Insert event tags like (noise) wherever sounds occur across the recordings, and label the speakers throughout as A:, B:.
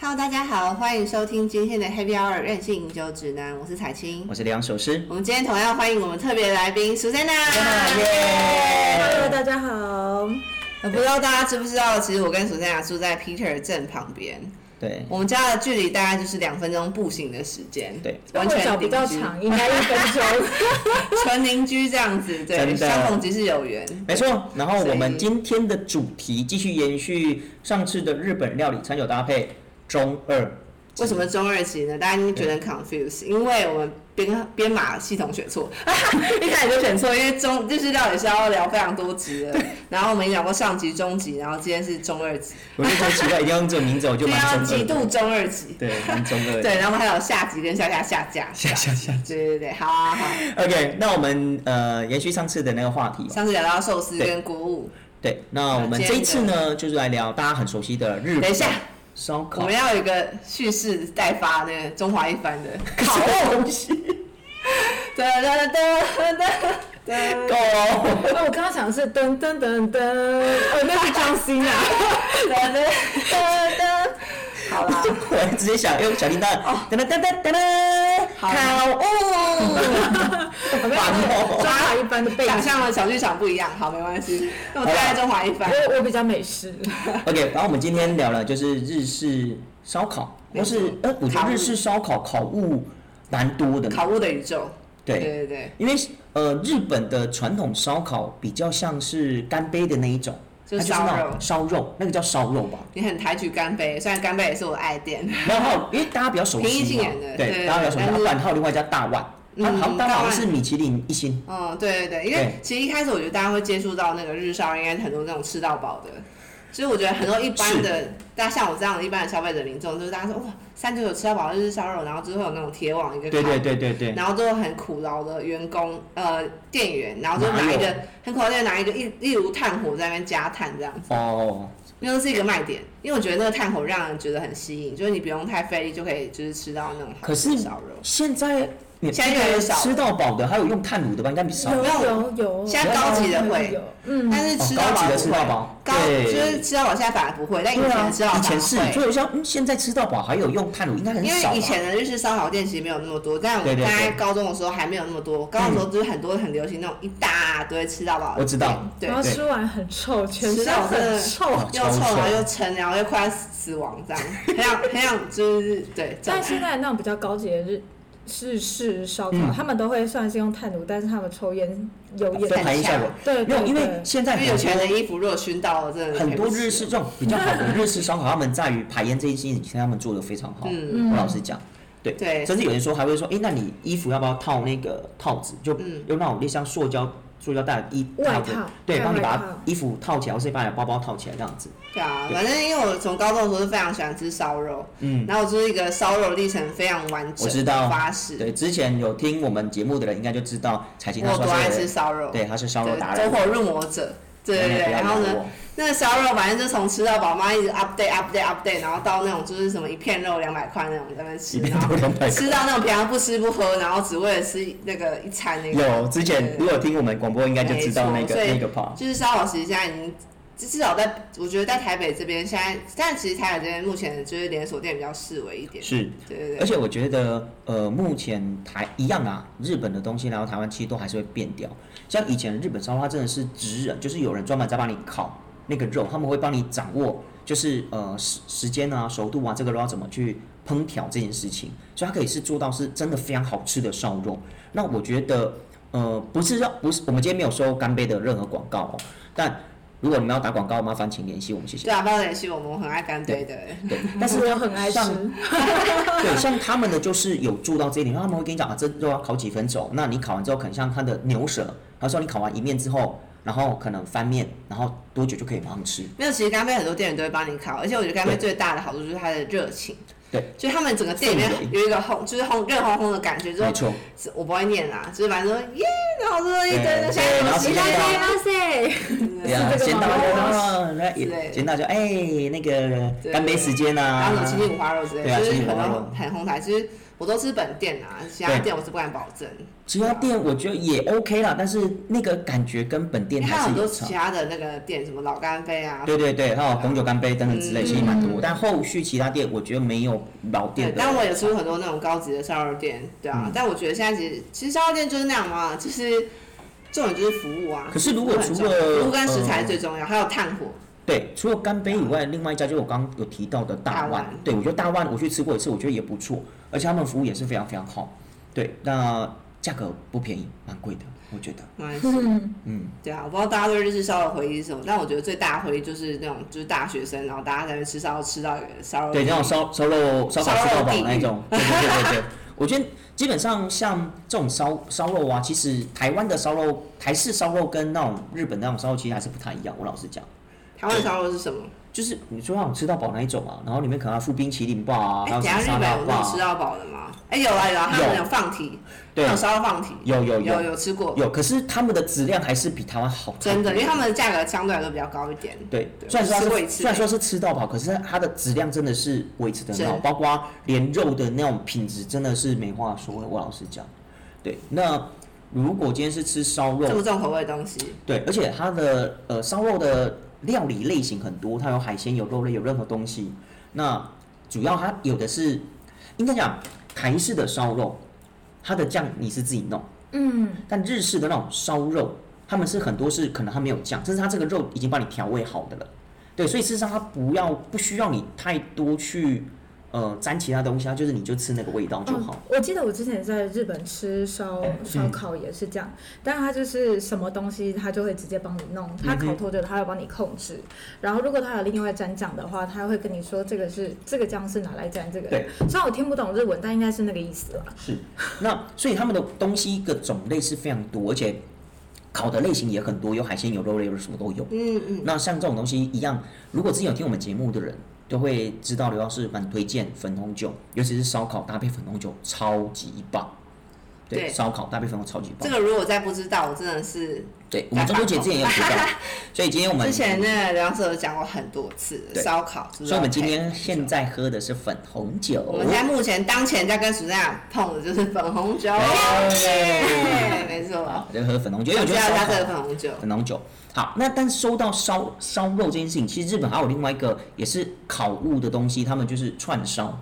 A: Hello，大家好，欢迎收听今天的 Happy Hour 任性饮酒指南，我是彩青。
B: 我是两首诗。
A: 我们今天同样欢迎我们特别来宾 Susanna，
C: Hello，大家好。
A: 我不知道大家知不知道，其实我跟 Susanna 住在 Peter 镇旁边，
B: 对，
A: 我们家的距离大概就是两分钟步行的时间，
B: 对
A: 完全
C: 脚
A: 邻
C: 比较
A: 居，
C: 长，应该一分
A: (laughs)
C: 钟。
A: 纯邻居这样子，对，
B: 真的
A: 相逢即是有缘。
B: 没错。然后
A: 所以
B: 我们今天的主题继续延续上次的日本料理餐酒搭配中二，
A: 为什么中二期呢？大家一定觉得很 confused，因为我们编编码系统选错， (laughs) 一开始就选错，因为中就是料理是要聊非常多集的，然后我们已经聊过上集、中集，然后今天是中二集，
B: 我就很奇怪，一定要用这个名字，我就
A: 今天
B: 蛮
A: 要 (laughs)
B: 中
A: 极
B: 二
A: 度
B: 的。
A: 中二集，
B: 对，蛮中二的。
A: 对，然后还有下集跟下下下架，
B: 下下下。
A: 对对对，好啊好。
B: OK，那我们呃延续上次的那个话题吧。
A: 上次聊到寿司
B: 对
A: 跟国物，
B: 对，那我们这一次呢，就是来聊大家很熟悉的日
A: 等一
B: 本
A: 下，
B: 烧
A: 我
B: 烤
A: 们。要有一个蓄势待发，那个中华一
B: (laughs)
A: 番的烤物。 (laughs) 哒哒哒哒哒。
B: 够哦，
C: 那我刚刚想的是噔噔噔噔，哦，那是张欣啊。
A: 噔噔噔噔，好啦，
B: (laughs) 我还直接想用小叮当，噔噔噔噔噔噔，
A: 哦好
B: 烤哦，
C: 我刚
B: 烦哦
C: 刚抓了一般的背景
A: 想。象的小剧场不一样，好，没关系。那我再来中华一番，
C: 我我比较美式，
B: OK，然后我们今天聊了就是日式烧烤，
A: 没
B: 或
A: 错
B: 是呃，我觉
A: 烤物
B: 得日式烧烤烤物蛮多的，
A: 烤物的宇宙，对
B: 对，
A: 对对，
B: 因为呃，日本的传统烧烤比较像是干杯的那一种，
A: 就
B: 它
A: 是
B: 就是
A: 烧
B: 那
A: 肉
B: 种。烧肉，那个叫烧肉吧。
A: 你很抬举干杯，虽然干杯也是我的爱
B: (laughs)
A: 店，
B: 然后因为大家比较熟
A: 平易
B: 悉
A: 近
B: 嘛
A: 人的，对
B: 对，大家比较熟悉。
A: 但
B: 啊
A: 是
B: 不然还有另外一家大碗，它
A: 嗯
B: 好像大
A: 大
B: 碗好
A: 碗
B: 像是米其林一星，
A: 嗯，对对对，因为
B: 对
A: 其实一开始我觉得大家会接触到那个日烧，应该是很多那种吃到饱的。其实我觉得很多一般的，大家像我这样的一般的消费者民众，就是大家说哇，三九九吃到饱的日烧肉，然后之后有那种铁网一个
B: 对
A: 烤
B: 对对对对，
A: 然后都很苦劳的员工呃店员，然后就拿
B: 哪
A: 一
B: 有
A: 个很苦劳的拿一个一一炉炭火在那边加炭这样子，
B: 哦，
A: 那是一个卖点，因为我觉得那个炭火让人觉得很吸引，就是你不用太费力就可以就是吃到那种好
B: 可
A: 吃的
B: 是
A: 烧肉。
B: 现在你
A: 现在越来越少
B: 吃到饱的，还有用炭炉的吧，应该比少。
C: 有
A: 那
C: 有有，
A: 现在高级的会
C: 有，嗯，
A: 但是吃到
B: 哦高级
A: 饱
B: 的
A: 不
B: 吃
A: 会
B: 到饱，
A: 高
B: 对
A: 就是吃到饱现在反而不会，但以
B: 对
A: 前
B: 啊，
A: 的吃到饱
B: 以前是
A: 会，
B: 所以我想，嗯，现在吃到饱还有用炭炉，应该很
A: 因
B: 少吧。
A: 为以前的日式烧烤店其实没有那么多，但我
B: 对对嗯
A: 大
B: 对
A: 概高中的时候还没有那么多，高中的时候就是很多很流行那种一大堆吃到饱的店，
B: 我知道哦
A: 对
C: 然，后吃完很臭，全
A: 吃
C: 身
A: 到真的
C: 很臭。
A: 又臭，然后又撑，然后又快要死亡，
B: (laughs)
A: 这样，很想很想就是对，这样
C: 但现在那种比较高级的日日式烧烤，他们都会算是用炭炉，但是他们抽烟油
B: 对
C: 烟
B: 排一
C: 很
B: 下
C: 强
B: 我。
C: 对
B: 没有，
C: 对
B: 因为
C: 对，
B: 现在
A: 因为有
B: 很
A: 钱人
B: 多
A: 的衣服如果熏到了，真的
B: 很多
A: 赔不起
B: 日式，这种比较好的日式烧烤，他们在于排烟这一件事情，他们做的非常好。
A: 嗯，
C: 嗯
B: 我老实讲，对，
A: 对
B: 甚至有人说还会说，哎，那你衣服要不要套那个套子？就
A: 嗯
B: 用那种类像塑胶塑胶袋的衣
C: 外
B: 子
C: 套
B: 对，
C: 外
B: 帮你把
C: 套
B: 它衣服套起来，或是把你的包包套起来这样子。
A: 对啊，
B: 对
A: 反正因为我从高中的时候就非常喜欢吃烧肉，
B: 嗯，
A: 然后我就是一个烧肉历程非常完整，
B: 我知道
A: 发誓，
B: 对，之前有听我们节目的人应该就知道，彩琴
A: 我
B: 她
A: 有
B: 说
A: 多爱吃
B: 是，
A: 烧肉，
B: 对，她是烧肉达
A: 对，
B: 人
A: 走。火入魔者，对对对，
B: 不要
A: 然后
B: 打
A: 呢
B: 我？，
A: 那个烧肉反正就从吃到饱，妈一直 update update update，然后到那种就是什么一片肉两百块那种在那边吃，
B: 一
A: 然
B: 边
A: 后
B: 多两百
A: 吃到那种平常不吃不喝，然后只为了吃那个一餐那个，
B: 有之前如果听我们广播，应该就知道那
A: 没错
B: 个
A: 所以
B: 那个 part。
A: 就是烧烤其实现在已经。至少在，我觉得在台北这边现在，但其实台北这边目前就是连锁店比较示威一点。
B: 是，
A: 对对
B: 而
A: 对，
B: 且我觉得，呃，目前台一样啊，日本的东西来到台湾，其实都还是会变掉。像以前日本烧烤它真的是职人，就是有人专门在帮你烤那个肉，他们会帮你掌握，就是呃时时间啊、熟度啊，这个肉要怎么去烹调这件事情，所以它可以是做到是真的非常好吃的烧肉。那我觉得，呃，不是要不是我们今天没有收干杯的任何广告哦，但如果你们要打广告，麻烦请联系我们，谢谢
A: 对。啊，包括联系我们，我们很爱干杯的。
B: 对，但是
C: 我很爱吃。
B: 像对，像他们的就是有做到这一点，他们会跟你讲啊，这肉要烤几分熟，那你烤完之后，可能像它的牛舌，他说你烤完一面之后，然后可能翻面，然后多久就可以马上吃？
A: 没有，其实干杯很多店员都会帮你烤，而且我觉得干杯
B: 对
A: 最大的好处就是它的热情。
B: 对，
A: 就是他们整个店里面
B: 氛围
A: 有一个烘，就是烘热烘烘的感觉，就
B: 没
A: 是
B: 错，
A: 我不会念啦，就是反正说耶，然后说一堆那些
B: 对然后
A: 其
B: 其
A: 他
B: 他
A: 的
B: 的对啊，
C: 这个
B: 先
C: 吗
B: 到就到，
A: 之类的
B: 先到就哎，那个
A: 对
B: 干杯时间
A: 然
B: 啊
A: 后什么，七星五花肉之类
B: 对啊
A: 的，就是
B: 七星
A: 很
B: 五花
A: 多
B: 肉
A: 很红台，就是我都吃本店啊，其他
B: 对
A: 店我是不敢保证，
B: 其他店我觉得也 OK 啦，但是那个感觉跟本
A: 因
B: 店
A: 为
B: 还
A: 它有
B: 是
A: 很多
B: 有
A: 其
B: 差。
A: 他的那个店，什么老干杯啊，
B: 对对对，还有红酒干杯等等之类，
A: 嗯
B: 其实蛮多。但后续其他店我觉得没有老店
A: 对，
B: 的。啊嗯
A: 但我也吃过很多那种高级的烧肉店，对啊。但我觉得现在其实其实烧肉店就是那样嘛，就是重点就是服务啊。
B: 可是如果
A: 服务很重
B: 除了嗯
A: 要服务跟食材最重要，还有炭火，
B: 对，除了干杯以外，另外一家就是我刚刚有提到的大
A: 大
B: 万
A: 万。
B: 对，我觉得大万我去吃过一次，我觉得也不错，而且他们服务也是非常非常好。对，那价格不便宜，蛮贵的，我觉得。
A: 嗯，
C: 嗯，
B: 嗯，
A: 对啊。我不知道大家对日式烧肉回忆是什么，但我觉得最大的回忆就是那种就是大学生，然后大家在那边吃烧肉吃到一个烧肉
B: 对，
A: 地
B: 那种烧烧肉烧烤
A: 烧肉
B: 吃到饱
A: 地狱
B: 那一种，对对对对对。我觉得基本上像这种烧烧肉啊，其实台湾的烧肉、台式烧肉跟那种日本那种烧肉其实还是不太一样。我老实讲，
A: 台湾的烧肉是什么？
B: 就是你说那种吃到饱那一种啊，然后里面可能还附冰淇淋吧啊，
A: 哎、
B: 还有
A: 等一
B: 什
A: 下日
B: 么沙
A: 本
B: 拉
A: 有
B: 吧
A: 那种吃
B: 啊，
A: 到饱的吗？哎、有啊有啊，他
B: 有
A: 们有放题，
B: 对
A: 那，种烧肉放题，
B: 有有
A: 有
B: 有
A: 吃过，
B: 有，可是他们的质量还是比台湾好太多，
A: 真的，因为他们的价格相对来说比较高一点。
B: 对，
A: 对
B: 虽然说它
A: 吃过一
B: 是
A: 次
B: 虽然说是吃到饱，可是它的质量真的是维持的很好，
A: 真
B: 包括连肉的那种品质真的是没话说的。我老实讲，对，那如果今天是吃烧
A: 这么
B: 肉，
A: 重口味的东西，
B: 对，而且它的呃烧肉的料理类型很多，它有海鲜、有肉类、有任何东西。那主要它有的是，应该讲台式的烧肉，它的酱你是自己弄。
C: 嗯，
B: 但日式的那种烧肉，他们是很多是可能它没有酱，甚至它这个肉已经帮你调味好的了。对，所以事实上它不要不需要你太多去呃沾其他东西，它就是你就吃那个味道就好。
C: 我记得我之前在日本吃烧
B: 哎嗯
C: 烧烤也是这样，但它就是什么东西它就会直接帮你弄，它
B: 嗯哼
C: 烤多久它会帮你控制。然后如果它有另外蘸酱的话，它会跟你说这个是这个酱是拿来蘸这个。
B: 对，
C: 虽然我听不懂日文，但应该是那个意思啦。
B: 是，那所以他们的东西的种类是非常多，而且烤的类型也很多，有海鲜、有肉类、有什么都有。
A: 嗯嗯。
B: 那像这种东西一样，如果之前有听我们节目的人，都会知道刘老师蛮推荐粉红酒，尤其是烧烤搭配粉红酒，超级棒。对，
A: 对
B: 烧烤搭配粉红酒超级
A: 这
B: 棒。
A: 个如果再不知道，我真的是
B: 对，我们中秋节之前也有
A: (laughs)
B: 提到，所以今天我们，
A: 之前
B: 所
A: 那个梁师有讲过很多次
B: 对
A: 烧烤，所
B: 以我们今天现在喝的是粉红酒。
A: 我们现在目前当前在跟暑假碰的就是粉红酒，对，没错，
B: 好，就喝粉红酒，因为
A: 我
B: 哎我觉
A: 知
B: 得
A: 道
B: 烧
A: 它这个
B: 烤
A: 粉红酒，
B: 粉红酒。好，那但说到烧烧肉这件事情，其实日本还有另外一个也是烤物的东西，他们就是串烧。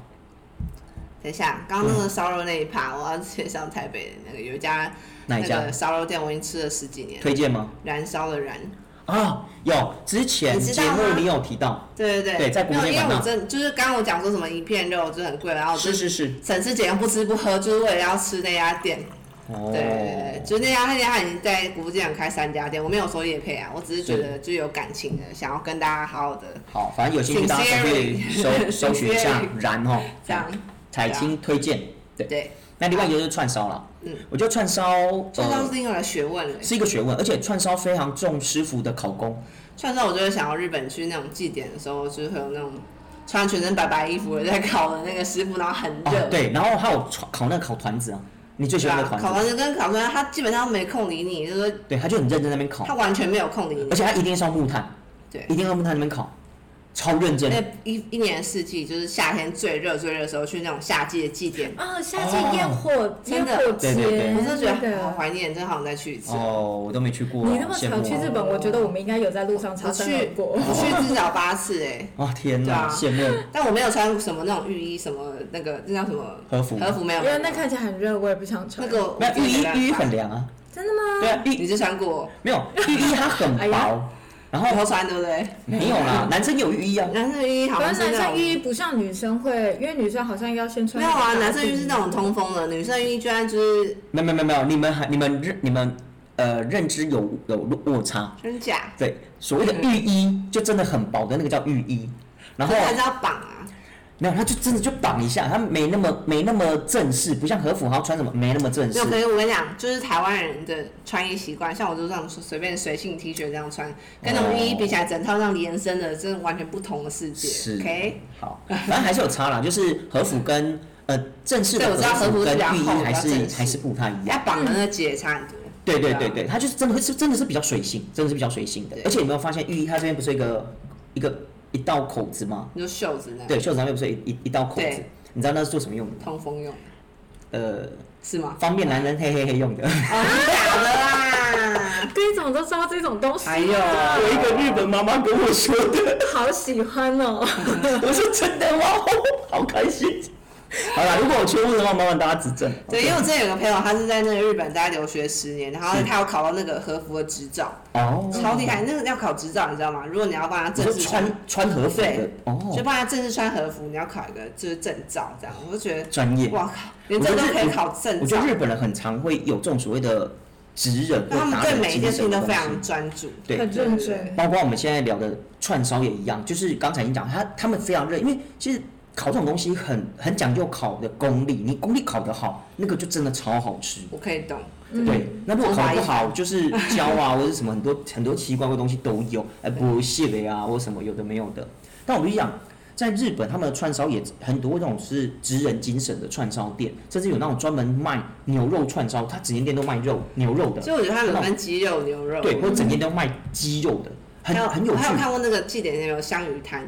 A: 等一下，刚刚那个
B: 嗯
A: 烧肉那一趴，我要介绍台北的那个有一家
B: 哪一
A: 那
B: 家
A: 个烧肉店，我已经吃了十几年了，
B: 推荐吗？
A: 燃烧的燃，
B: 啊，有之前
A: 你知道
B: 节目
A: 吗
B: 你有提到，
A: 对对
B: 对在国
A: 没有
B: 内
A: 因
B: 版
A: 为我
B: 纳
A: 真就是刚刚我讲说什么一片肉就很贵，然后我哦就是
B: 是是，
A: 省吃俭用不吃不喝，就是为了要吃那家店，
B: 哦，
A: 对对对，就是那家那家已经在古建开三家店，我没有说叶配啊，我只是觉得就有感情的，想要跟大家好好的
B: 好，反正有兴趣大家可以搜
A: Sincerely
B: 搜寻一下然哦，
A: 这样，
B: 彩青推荐。对，哦
A: 对，
B: 那另外一个就是串烧了，
A: 嗯，
B: 我觉得串烧，
A: 串烧
B: 呃
A: 是，另外的学问了。
B: 是一个学问，而且串烧非常重师傅的考功。
A: 串烧我就会想到日本去那种祭典的时候，就是会有那种穿全身白白衣服的在烤的那个师傅，然后很
B: 哦
A: 热，，
B: 对，然后还有烤烤那个烤团子啊，你最喜
A: 对
B: 欢的
A: 吧？
B: 团
A: 烤
B: 子，
A: 完就跟烤出来，他基本上没空理你，就是说
B: 对，他就很认真在那边烤
A: 他，完全没有空理你
B: 而。且他一定是要木炭，
A: 对
B: 一定要木炭那边烤，超认真。
A: 那一一年四季，就是夏天最热最热的时候去那种夏季的祭典，
C: 啊，夏季烟火哦烟
A: 真的
C: 火节，
B: 对对对
A: 我是觉
C: 那
A: 得
C: 个
A: 好怀念，真好想再去一次。
B: 哦，我都没去过，
C: 你那么
B: 羡
C: 常
B: 慕
C: 去
B: 啊
C: 日本，我觉得我们应该有在路上擦
A: 我
C: 身
A: 去
C: 而，过。
A: 我去至少八次哎、
B: 哇，天
A: 对
B: 哪，
A: 啊
B: 羡慕
A: 但我没有穿什么那种浴衣，什么那个那叫什么
B: 和服。
A: 和服没有，
C: 因为那看起来很热，我也不想穿。
A: 那个我
B: 没有
A: 真的
B: 浴衣
A: 没，办法
B: 浴衣很，凉啊，
C: 真的吗？
B: 对啊，浴
A: 你是穿过，
B: 没有浴衣它很
C: 哎
B: 薄
C: 呀，
B: 然
A: 偷
B: 后
A: 偷穿对不对？
B: 没有啦，男生有浴衣啊，
A: 男生浴衣好
C: 可
A: 像
C: 是
A: 是
C: 男
A: 那
C: 生浴
A: 种。
C: 衣不像女生会，因为女生好像要先穿。
A: 没有啊，男生浴衣是那种通风的，女生浴衣居然就是
B: 没有没有没有没有，你们还你们认你们呃认知有有落差，
A: 真假，
B: 对，所谓的
A: 嗯
B: 浴衣就真的很薄的那个叫浴衣，然后
A: 可是还是要绑啊。
B: 没有，他就真的就绑一下，他没那么没那么正式，不像和服，还要穿什么没那么正
A: 没
B: 式
A: 有，。可是我跟你讲，就是台湾人的穿衣习惯，像我就这样随便随性 T 恤这样穿，跟那种浴衣比起来，整套这样延伸的，真的完全不同的世界。OK，
B: 好，反正还是有差啦，就是和服跟呃正式的
A: 对我知道
B: 和
A: 和服
B: 服
A: 是
B: 跟
A: 比较
B: 浴衣
A: 厚
B: 还
A: 比较
B: 是
A: 正式
B: 还是不太一样。
A: 要绑的那个结差很多。
B: 对对
A: 对
B: 对
A: 啊
B: 对，它就是真的会是真的是比较随性，真的是比较随性的
A: 对。
B: 而且有没有发现浴衣它这边不是有一个一个一道口子吗？
A: 你说袖子那样
B: 对，袖子上面不是有一一一道口子
A: 嗯对？
B: 你知道那是做什么用的吗？
A: 通风用，
B: 呃
A: 是
B: (laughs)
A: 吗？
B: 方便男人嘿嘿嘿用的。
A: 哦，真的假的啦？
C: 哥，你怎么都知道这种东西？
A: 哎呦，
B: 有一个日本妈妈跟我说的，
C: 好喜欢哦！
B: 我说真的哇， (laughs) 好开心。好啦，如果我缺误的话，麻烦大家指正。
A: (laughs) 对，因为我之前有个朋友，他是在那个日本待留学十年，然后
B: 是
A: 他有考到那个和服的执照，
B: 哦，
A: 超厉害。那个要考执照，你知道吗？如果你要帮他
B: 你
A: 正
B: 说
A: 式穿，
B: 哦穿穿和服的
A: 对就
B: 哦，
A: 帮他正式穿和服，你要考一个就是证照，这样我就觉得，
B: 专业。
A: 哇靠，连这都可以考证
B: 我觉
A: 照
B: 得，日本人很常会有这种所谓的职人或
A: 那他们
B: 达
A: 对
B: 人
A: 每一
B: 精
A: 件事情
B: 神的
A: 都非
B: 东西
A: 常专注。
B: 对
C: 很认真，
B: 包括我们现在聊的串烧也一样，就是刚才你讲，他他们非常热，因为其实烤这种东西很很讲究烤的功力，你功力烤得好，那个就真的超好吃。
A: 我可以懂，
C: 嗯
B: 对，那如果烤得
A: 中华
B: 不
A: 一
B: 好，就是焦啊， (laughs) 或者什么很多很多奇怪的东西都有，哎，不屑的呀，或什么有的没有的。但我就想，在日本，他们的串烧也很多那种是职人精神的串烧店，甚至有那种专门卖牛肉串烧，他整间店都卖肉牛肉的，
A: 所以我觉得他们分鸡肉、牛肉，
B: 对，或者整间都卖鸡肉的，很
A: 还有
B: 很有
A: 我
B: 趣哦
A: 还有。看过那个祭典那个香鱼摊，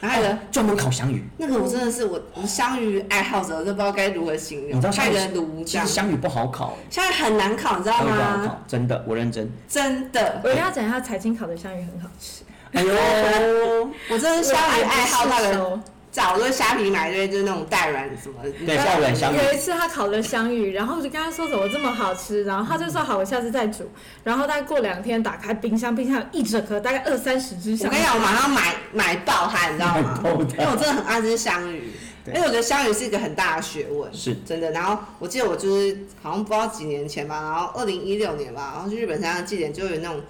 A: 然后还有一个
B: 专门烤香鱼。
A: 那个我真的是我我香鱼爱好者，我都不知道该如何形
B: 你
A: 容。
B: 知道
A: 还
B: 香
A: 有
B: 鱼
A: 一个炉
B: 其
A: 这
B: 实
A: 样，
B: 香鱼不好烤，
A: 香鱼很难烤，你知道
B: 香鱼不好
A: 吗？
B: 烤，真的，我认真。
A: 真的，
C: 我一定要讲一下财经烤的香鱼很好吃，
B: 哎
A: (laughs)
B: 呦，
A: 我真的是香鱼爱好到
C: 我爱不释
A: 了
C: 手
A: 早，我就虾皮买一堆就是那种带软什么的，
B: 对，爆软香鱼，
C: 有一次他烤了香芋，然后我就跟他说怎么这么好吃，然后他就说好，我下次再煮。然后再过两天打开冰箱，冰箱有一整盒，大概二三十只
A: 我
C: 香
A: 跟
C: 芋
A: 你。讲，我马上买买爆它，你知道吗？
B: 买爆
A: 因
B: 它
A: 为我真的很爱吃香鱼，
B: 对
A: 因为我觉得香鱼是一个很大的学问，
B: 是
A: 真的。然后我记得我就是好像不知道几年前吧，然后二零一六年吧，然后去日本参加祭典，就有那种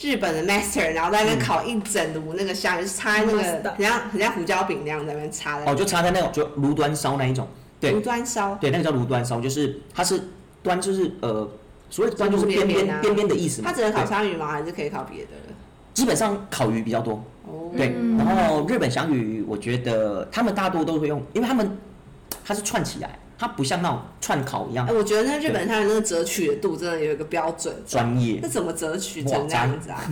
A: 日本的 master，然后在那
B: 嗯
A: 边烤一整炉那个香鱼，就是插在那个
C: Master
A: 很像很像胡椒饼那样在那边插在
B: 哦，就插在那种就炉端烧那一种，
A: 炉
B: 对
A: 端烧，
B: 对，那个叫炉端烧，就是它是端就是呃，所谓的端就是边
A: 边边啊
B: 边边边的意思嘛。
A: 它只能烤
B: 对
A: 香鱼吗？还是可以烤别的？
B: 基本上烤鱼比较多，
A: 哦，
B: 对。
C: 嗯
B: 然后日本香鱼，我觉得他们大多都会用，因为他们它是串起来，它不像那种串烤一样
A: 哎，我觉得那日本它的那个折曲的度真的有一个标准，
B: 专业
A: 那。怎么折曲成这样子啊？
B: (laughs)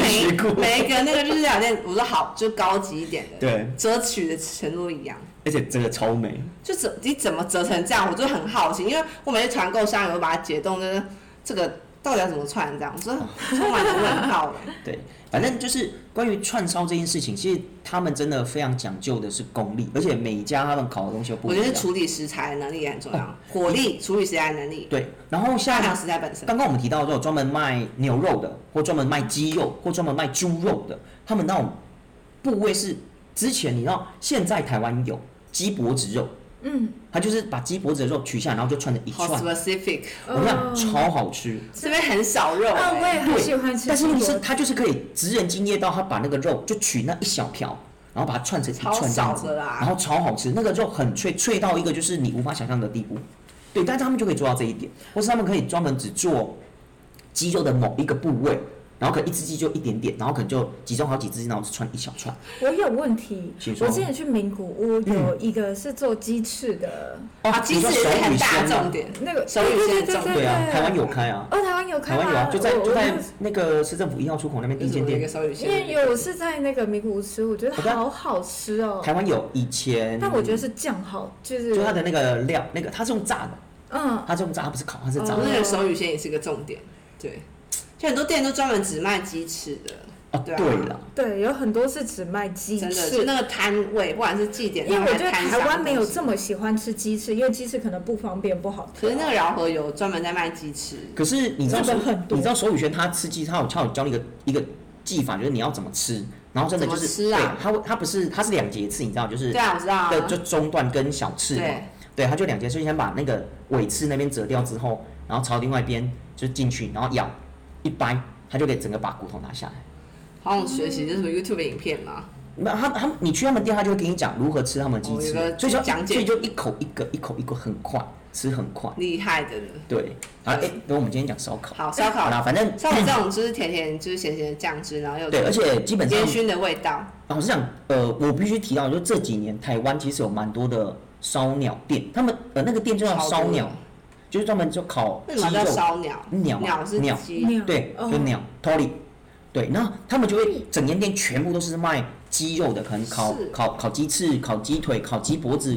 B: 没吃过
A: 每一个那个日料店，我说好就高级一点的，
B: 对，
A: 折曲的程度一样。
B: 而且真的超美。
A: 就怎你怎么折成这样，我就很好奇，因为我每次团购商有把它解冻，就是这个到底要怎么串这样，我说
B: 哦
A: 充满了问
B: (laughs)
A: 号。
B: 对，反正就是关于串烧这件事情，其实他们真的非常讲究的是功力，而且每一家他们烤的东西都不
A: 我
B: 一
A: 觉
B: 样
A: 得。处理食材的能力也很重要，火力、处理食材的能力，
B: 对，然后
A: 下
B: 像
A: 场食材本身。
B: 刚刚我们提到的，有专门卖牛肉的，或专门卖鸡肉，或专门卖猪肉的，他们那种部位是之前你知道，现在台湾有鸡脖子肉，
C: 嗯，
B: 他就是把鸡脖子的肉取下来，然后就串成一
A: 好
B: 串，
A: specific，
B: 我跟你
C: 嗯呃
B: 讲超好吃。
A: 这边很少肉、
C: 啊，我
A: 欸，
C: 也很喜欢吃
B: 但是
C: 鸡
B: 问
C: 脖
B: 题是，
C: 子。
B: 他就是可以职人敬业到他把那个肉就取那一小瓢，然后把它串成一
A: 超
B: 串这样
A: 少
B: 子，
A: 的啦
B: 然。后超好吃，那个肉很脆，脆到一个就是你无法想象的地步。对，但是他们就可以做到这一点，或是他们可以专门只做鸡肉的某一个部位，然后可能一只鸡就一点点，然后可能就集中好几只，然后只串一小串。
C: 我有问题
B: 请，说嗯
C: 我之前去名古屋有一个是做鸡翅的，
B: 哦
A: 啊，鸡翅也是很大重点，
C: 那个
A: 手语
C: 对对
A: 现在
C: 对
A: 重
C: 对
B: 对啊，台湾
C: 对。
B: 有开啊，
C: 哦，台湾有
B: 台
C: 开
B: 湾有啊，
C: 吗？
B: 就在
C: 我
B: 就在
C: 我
B: 那个市政府一号出口那边第
A: 就
B: 一
A: 是
B: 间
A: 我的一
B: 店
A: 个，手语系
C: 因
A: 列
C: 为有我是在那个名古屋吃，我觉得
B: 好的
C: 好好吃哦。
B: 台湾有以前，
C: 但我觉得是酱好，就是
B: 就它的那个料，那个它是用炸的，
C: 嗯，
B: 它是用炸，它不是烤，它是炸
A: 哦
B: 的。
A: 那个手语线也是个重点，对，就很多店都专门只卖鸡翅的，
B: 啊，
A: 对啊
B: 对了，
C: 对，有很多是只卖鸡
A: 真的就
C: 翅。
A: 那个摊位，不管是祭典，
C: 嗯因为我觉得
A: 还是摊
C: 台
A: 商
C: 湾没有
A: 都是
C: 这么喜欢吃鸡翅，因为鸡翅可能不方便不好
A: 可是
C: 吃。
A: 那个饶河有专门在卖鸡翅，
B: 可是你知道
C: 日本
B: 手
C: 很多
B: 你知道手语轩他吃鸡，他有他有教你一个一个技法，就是你要怎么吃，然后真的就是
A: 怎么吃啊
B: 对，他会他不是他是两节刺，你知道就是
A: 对啊，我知道啊，
B: 对就中段跟小刺嘛，
A: 对，
B: 对，他就两节刺，先把那个尾刺那边折掉之后，然后朝另外一边就进去，然后咬一掰，他就可以整个把骨头拿下来。
A: 好想学习，就是什么 YouTube 影片嘛，
B: 那他他你去他们店，他就会给你讲如何吃他们的鸡
A: 哦有
B: 翅，
A: 个
B: 所以就
A: 讲解
B: 所以就一口一个，一口一个很快，吃很快。
A: 厉害的呢。
B: 对，啊，哎、那我们今天讲烧烤，
A: 好，烧
B: 好
A: 烤，
B: 啦，反正
A: 像我这种就是甜甜，就是咸咸的酱汁，然后又
B: 对，而且基本上
A: 烟熏的味道，
B: (coughs) 老实讲，呃，我必须提到，就这几年台湾其实有蛮多的烧鸟店，他们呃那个店就叫
A: 超多
B: 烧鸟，就是专门就烤
A: 为
B: 鸡
A: 什么叫
B: 肉
A: 烧鸟？
B: 鸟啊
A: 鸟是
B: 鸟
A: 鸡，
B: 对，
C: 哦
B: 就鸟 t o l y 对，那他们就会整间店全部都是卖鸡肉的，可能烤
A: 是
B: 烤烤鸡翅、烤鸡腿、烤鸡脖子、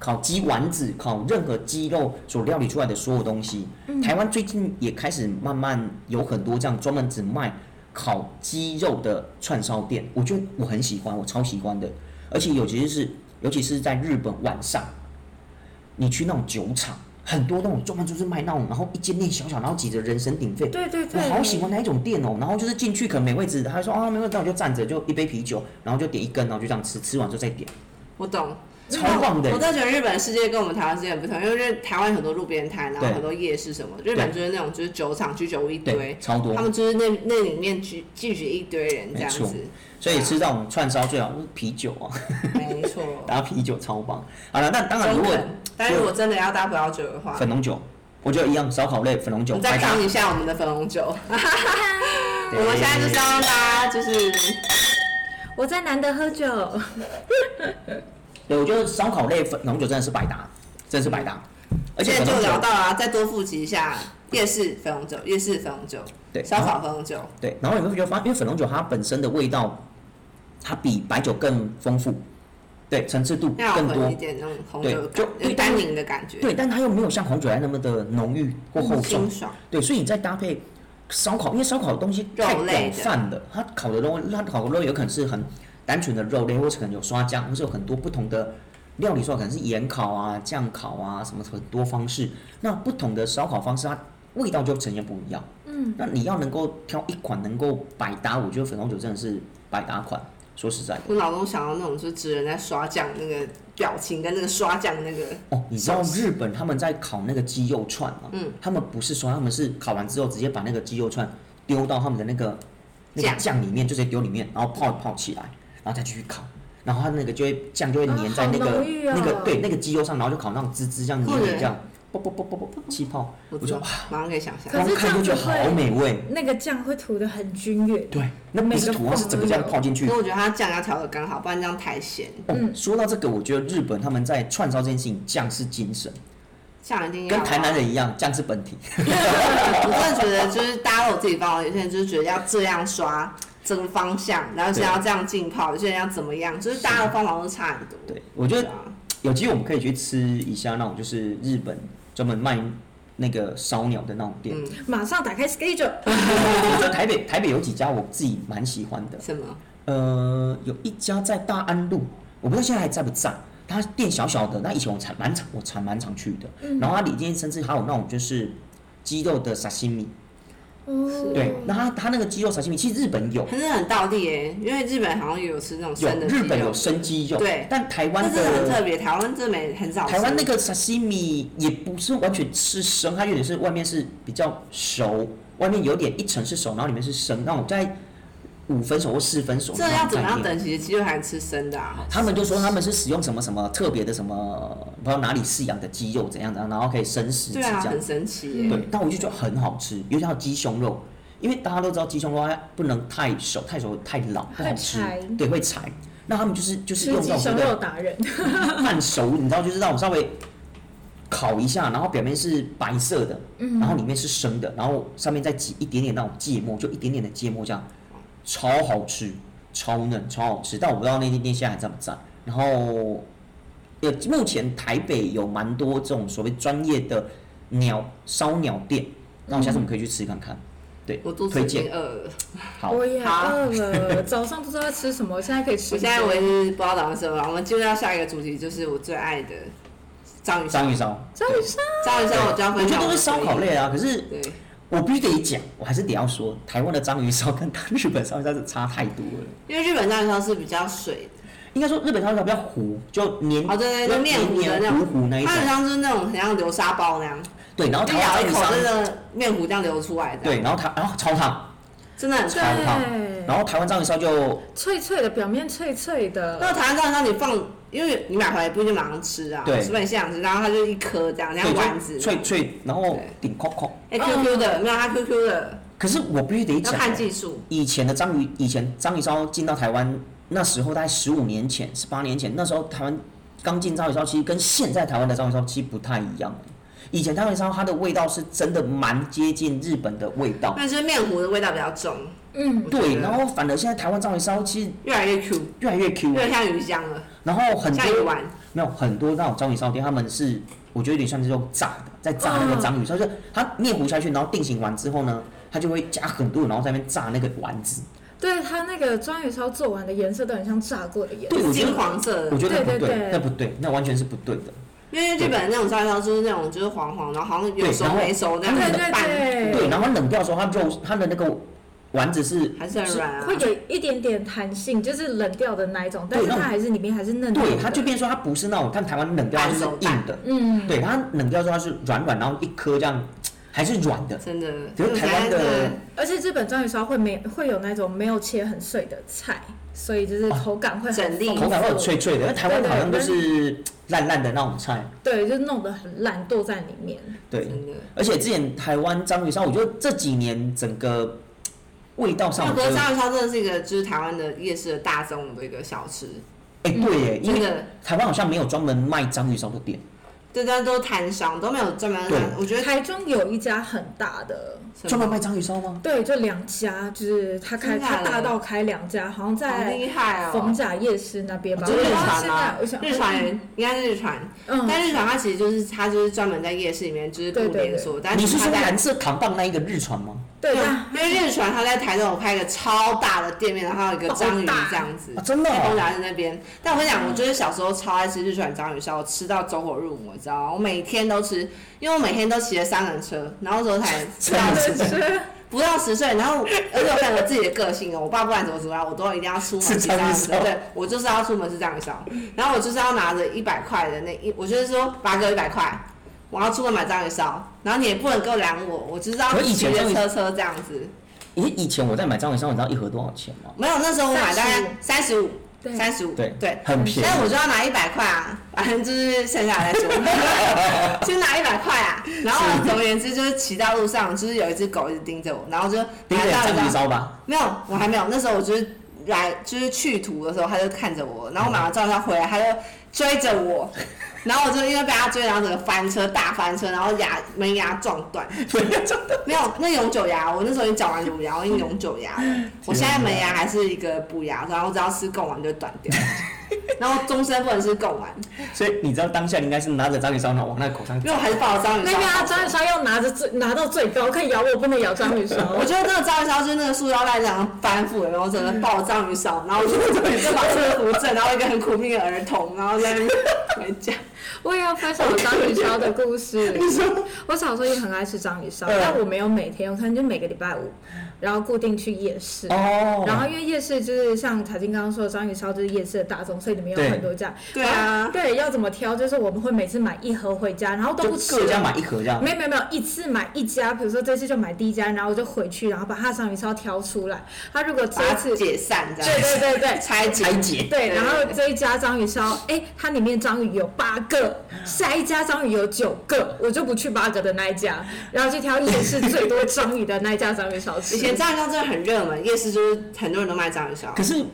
B: 烤鸡丸子、烤任何鸡肉所料理出来的所有东西。台湾最近也开始慢慢有很多这样专门只卖烤鸡肉的串烧店，我觉得我很喜欢，我超喜欢的。而且尤其是尤其是在日本晚上，你去那种酒场，很多那种专门就是卖那种，然后一间店小小，然后挤着人声鼎沸，
C: 对对对，
B: 我好喜欢那一种店哦，然后就是进去可能没位置，他说啊没位置，那我就站着，就一杯啤酒，然后就点一根，然后就这样吃，吃完就再点，
A: 我懂。
B: (laughs) 超棒的
A: 我。倒觉得日本世界跟我们台湾世界很不同，因为日台湾很多路边摊，然后
B: 对
A: 很多夜市什么，日本就是那种就是酒厂居酒屋一
B: 对
A: 堆，，
B: 超多
A: 他。们就是那那里面聚聚集一堆人这样子，
B: 所以吃这种串烧最好是啤酒啊，
A: 没错。
B: 搭啤酒超棒。好了， (laughs) 那当然如
A: 中
B: 果
A: 肯，但是如果真的要搭葡萄酒的话，
B: 粉红酒，我觉得一样，烧烤类粉红
A: 我
B: 酒，
A: 们再
B: 搭
A: 扛。一下我们的粉红酒。
B: 对
A: 我们现在就是要让大家就是
C: 我在难得喝酒，
B: 对，我觉得烧烤类粉红酒真的是百搭，真的是百搭。而且
A: 现
B: 粉
A: 在就
B: 红酒
A: 聊到啊，再多复习一下夜市粉红酒、夜市粉红酒、
B: 对
A: 烧烤粉红酒，
B: 对，然后你会觉得发，因为粉红酒它本身的味道，它比白酒更丰富，对，层次度
A: 要
B: 更
A: 有
B: 多
A: 混一，点那种红酒的
B: 对
A: 感
B: 就
A: 有单宁的感觉，
B: 对，但它又没有像红酒来那么的浓郁或厚重
A: 清，爽。
B: 对，所以你再搭配烧烤，因为烧烤的东西太
A: 肉类
B: 广
A: 的
B: 泛了，它烤的肉，它烤的肉有可能是很单纯的肉类，或者可能有刷酱，或是有很多不同的料理说法，可能是盐烤啊、酱烤啊，什么很多方式。那不同的烧烤方式，它味道就呈现不一样。
C: 嗯，
B: 那你要能够挑一款能够百搭，我觉得粉红酒真的是百搭款。说实在的，
A: 我脑中想到那种就是职人在刷酱那个表情跟那个刷酱那个，
B: 哦，你知道日本他们在烤那个鸡肉串吗？
A: 嗯，
B: 他们不是说他们是烤完之后直接把那个鸡肉串丢到他们的那个那个
A: 酱
B: 酱里面，就直接丢里面，然后泡一泡起来，然后再继续烤。然后它那个就会酱就会粘在那
C: 啊好
B: 个、
C: 浓郁哦
B: 那个对那个鸡肉上，然后就烤那种滋滋这样黏黏
A: 对
B: 这样，啵啵啵啵啵啵气泡，
A: 我
B: 我
A: 知
B: 就
A: 道，马上可以想象
C: 可。
B: 光
C: 是
B: 看就觉得
C: 这样
B: 好
C: 不会
B: 美味。
C: 那个酱会涂的很均匀，
B: 对，那不是
C: 每个
B: 土它是整个这样泡进去
A: 因为我觉得它酱要调的刚好，不然这样太咸，
B: 哦
C: 嗯，
B: 说到这个，我觉得日本他们在串烧这件事情，酱是精神，
A: 酱一定要。
B: 跟台南人一样，酱是本体。
A: 我真的觉得就是大家都有自己方法，有些人就是觉得要这样刷整个方向，然后有些人要这样浸泡，有些人要怎么样，就是大家的方法都差很多。
B: 对，我觉得
A: 啊
B: 有机会我们可以去吃一下那种就是日本专门卖那个烧鸟的那种店。
A: 嗯
C: 马上打开 schedule，
B: 我觉得台北台北有几家我自己蛮喜欢的，
A: 什么？
B: 呃，有一家在大安路，我不知道现在还在不在。它店小小的，那以前我常蛮常我常蛮常去的。
A: 嗯
B: 然后它里面甚至还有那种就是鸡肉的沙西米，
C: 哦，
B: 对，那它它那个鸡肉沙西米其实日本有，
A: 可是很道地耶，因为日本好像也有吃那种生
B: 有
A: 的
B: 日
A: 鸡
B: 本
A: 肉
B: 有生鸡肉，
A: 对
B: 但台
A: 那
B: 湾
A: 真的很特
B: 的
A: 别，台湾这没很少吃。
B: 台湾那个沙西米也不是完全吃生，它有点是外面是比较熟，外面有点一层是熟，然后里面是生，那种在五分熟或四分熟
A: 这
B: 那
A: 要
B: 种
A: 怎么
B: 概
A: 样
B: 念。
A: 等级的鸡肉还吃生的啊？
B: 他们就说他们是使用什么什么特别的什么不知道哪里饲养的鸡肉怎样怎样，然后可以生食吃
A: 对
B: 这
A: 啊，
B: 样
A: 很。神奇耶。
B: 对，但我就觉得很好吃，尤其还有鸡胸肉，因为大家都知道鸡胸肉它不能太熟，太熟太老不好吃
C: 会柴，
B: 对，会柴。那他们就是就是
C: 吃
B: 用
C: 鸡
B: 这
C: 胸
B: 种
C: 肉达人，
B: 半熟，你知道，就是让我稍微烤一下，然后表面是白色的，
C: 嗯
B: 然后里面是生的，然后上面再挤一点点那种芥末，就一点点的芥末这样，超好吃，超嫩，超好吃。但我不知道那间店现在还在不在。然后，呃，目前台北有蛮多这种所谓专业的鸟烧鸟店，那我下次我们可以去吃看看。对，
A: 我肚子
B: 推
A: 已
B: 荐
A: 经饿了，
B: 好。
C: 我也
A: 好
C: 饿了，早上不知道要吃什么，我现在可以吃
A: 我
C: 一些。
A: 现在我已经不知道打算什么了。我们进入到下一个主题，就是我最爱的章鱼烧。
B: 章鱼烧，
C: 章鱼
A: 章
C: 烧
A: 鱼烧我
B: 对
A: 就要
B: 我
A: 分
B: 觉
A: 享
B: 得
A: 我
B: 都
A: 的
B: 是烧烤
A: 回忆。
B: 类啊，可是
A: 对，
B: 我必须得讲，我还是得要说，台湾的章鱼烧跟日本烧鱼烧是差太多了。
A: 因为日本章鱼烧是比较水的，
B: 应该说日本烧鱼烧比较糊，就黏
A: 哦对对对
B: 就
A: 面糊的
B: 黏
A: 那
B: 黏
A: 种
B: 糊糊那一种
A: 它。很像就是那种很像流沙包那样，
B: 对，然后
A: 就
B: 台
A: 咬
B: 湾
A: 一口
B: 章
A: 真
B: 鱼烧，
A: 的面糊这样流出来的，啊
B: 对，，然后它然后超烫，
A: 真的很
B: 超
A: 脆。
B: 烫。然后台湾章鱼烧就
C: 脆脆的，表面脆脆的，
A: 那台湾章鱼烧你放，因为你买回来不一定马上吃啊，
B: 对
A: 除非你现场吃，然后它就一颗这样，
B: 对
A: 然后
B: 就
A: 丸子，
B: 脆脆，然后
A: 对
B: 顶扣扣。
A: 哎 QQ 的，没有它 QQ 的，
B: 可是我必须得
A: 要
B: 讲，
A: 看技术。
B: 以前的章鱼，以前章鱼烧进到台湾那时候，大概十五年前、十八年前，那时候台湾刚进章鱼烧，其实跟现在台湾的章鱼烧其实不太一样。以前章鱼烧它的味道是真的蛮接近日本的味道，
A: 但是面糊的味道比较重，
C: 嗯，
A: 我觉得
B: 对。然后反而现在台湾章鱼烧其实
A: 越来越 Q，
B: 越来越 Q，
A: 越来越像鱼浆了，
B: 然后很
A: 像鱼
B: 多
A: 丸，
B: 没有很多那种章鱼烧店，他们是我觉得有点像是用炸的，在炸那个章鱼烧，就是它面糊下去，然后定型完之后呢，它就会加很多，然后在那边炸那个丸子。
C: 对它那个章鱼烧做完的颜色都很像炸过的颜色
B: 对，我觉得
A: 金黄色
B: 我
A: 的，
B: 觉得不
C: 对对
B: 对
C: 对，
B: 那不对，那完全是不对的。
A: 因为日本那种烧烧就是那种就是黄黄，然后好像有熟没熟那样
C: 对
A: 子
C: 对
A: 拌，
C: 对
B: 对，然后冷掉的时候，它肉它的那个丸子是
A: 还是很软啊
C: 会。有一点点弹性，就是冷掉的那一种，但是
B: 对那
C: 它
B: 种
C: 还是里面还是嫩嫩
B: 嗯
C: 的。
B: 对，它就变成说它不是那种看台湾冷掉它就是
A: 半熟蛋
B: 硬的，
C: 嗯，
B: 对，它冷掉之后它是软软，然后一颗这样还是软的。
A: 真的，
B: 可是台湾的
C: 而且日本章鱼烧会没会有那种没有切很碎的菜，所以就是口感会很
A: 整粒
C: 丰富
B: 口感会很脆脆的，那台湾
C: 对对
B: 好像都是烂烂的那种菜。
C: 对，就弄得很烂，剁在里面。
B: 对，
A: 真的，
B: 而且之前台湾章鱼烧，我觉得这几年整个味道上，
A: 那
B: 我
A: 格
B: 觉得
A: 烧烧真的是一个就是台湾的夜市的大众的一个小吃，
B: 哎、对耶，因
A: 真
B: 为
A: 的，
B: 台湾好像没有专门卖章鱼烧的店，
A: 对，大家都摊商都没有专门
B: 对，
A: 我觉得
C: 台中有一家很大的，
B: 专门卖章鱼烧吗？
C: 对，就两家，就是他开
A: 真的假
C: 他
A: 的
C: 大到开两家，好像
A: 好
C: 在
A: 厉害哦，
C: 逢甲夜市那边吧。
A: 就
C: 我
A: 日
C: 不知道
A: 传
C: 现在
A: 吗
C: 我？想
A: 日传人应该是日传，
C: 嗯，
A: 但日传它其实就是它就是专门在夜市里面就是
C: 对
A: 雇
C: 对
A: 连锁，但
B: 你
A: 是
B: 是
A: 它
B: 说
A: 在
B: 蓝色扛棒那一个日船吗？
C: 对，
A: 对
C: 但，
A: 因为日传它在台中有开一个超大的店面，然后有一个章鱼这样子
B: 啊，。真的、
A: 在公
B: 哦，嗯
A: 家是那边，但我跟你讲，我就是小时候超爱吃日传章鱼烧，我吃到走火入魔，你知道吗？我每天都吃，因为我每天都骑着三轮车，然后那时候
B: (laughs)
A: 才不到
C: 真
A: 十
C: 的
A: 岁，
C: 是
A: 不到十岁，然后而且我有我自己的个性哦，我爸不管怎么怎么样，我都一定要出门
B: 吃
A: 骑
B: 章
A: 章
B: 鱼
A: 鱼
B: 烧
A: 烧，对我就是要出门吃章鱼烧，然后我就是要拿着一百块的那一，我就是说八哥一百块，我要出门买章鱼烧，然后你也不能够拦我，我就是要
B: 可以
A: 骑
B: 前章
A: 着
B: 鱼
A: 车车这样子。
B: 以以前我在买章鱼烧，你知道一盒多少钱吗？
A: 没有，那时候我买大概三十五，
C: 对
A: 三十五，
B: 对
A: 对。
B: 很便
A: 但
B: 宜。
A: 我就要拿一百块啊，反正就是剩下
B: (laughs)
A: 来再说，先拿一百块啊。然后总而言之，就是骑到路上，就是有一只狗一直盯着我，然后就
B: 第一
A: 拿
B: 个
A: 到
B: 章鱼
A: 一张，
B: 烧吧， (laughs)
A: 没有，我还没有。那时候我就是来就是去途的时候，它就看着我，然后我马上照它回来，它就追着我，然后我就因为被它追，然后整个翻车大翻车，然后牙门牙撞断。没有，那永久牙，我那时候已经讲完乳牙，我已经永久牙了。我现在门牙还是一个补牙，然后只要吃贡丸就会断掉，然后终身不能吃贡丸，
B: 所以你知道当下你应该是拿着章鱼烧，然后往那个口上
A: 因为我还是抱着章鱼
C: 那
A: 烧
C: 边啊，
A: 到手。
C: 章鱼烧要拿着最拿到最高，可以咬我，不能咬章鱼烧。
A: 我觉得那个章鱼烧就是那个塑料袋这样翻覆，然后整个抱着章鱼烧，然后我就就把这个扶正，然后一个很苦命的儿童，然后在那边回家。
C: (laughs) 我也要分享我章鱼烧的故 (laughs) 事。我小时候也很爱吃章鱼烧，
B: 嗯
C: 但我没有每天，我可能就每个礼拜五，然后固定去夜市。
B: 哦，
C: 然后因为夜市就是像财经刚刚说的，章鱼烧就是夜市的大宗，所以里面有
B: 对
C: 很多家。
A: 对啊
C: 对，要怎么挑？就是我们会每次买一盒回家，然后都
B: 就
C: 不吃。
B: 各家买一盒这样，
C: 没有没有没有，一次买一家，比如说这次就买第一家，然后我就回去，然后把它的章鱼烧挑出来。它如果这
A: 把它
C: 次，对
A: 解散这样，
C: 对对对，
A: 拆解
B: 拆解
C: 对，然后这一家章鱼烧，哎、它里面章鱼有八个，下一家章鱼有九个，我就不去八个的那一家，然后去挑夜市最多章鱼的那一家章鱼烧吃
A: 以。前章鱼烧真的很热门，夜市就是很多人都卖章鱼烧
B: 可。是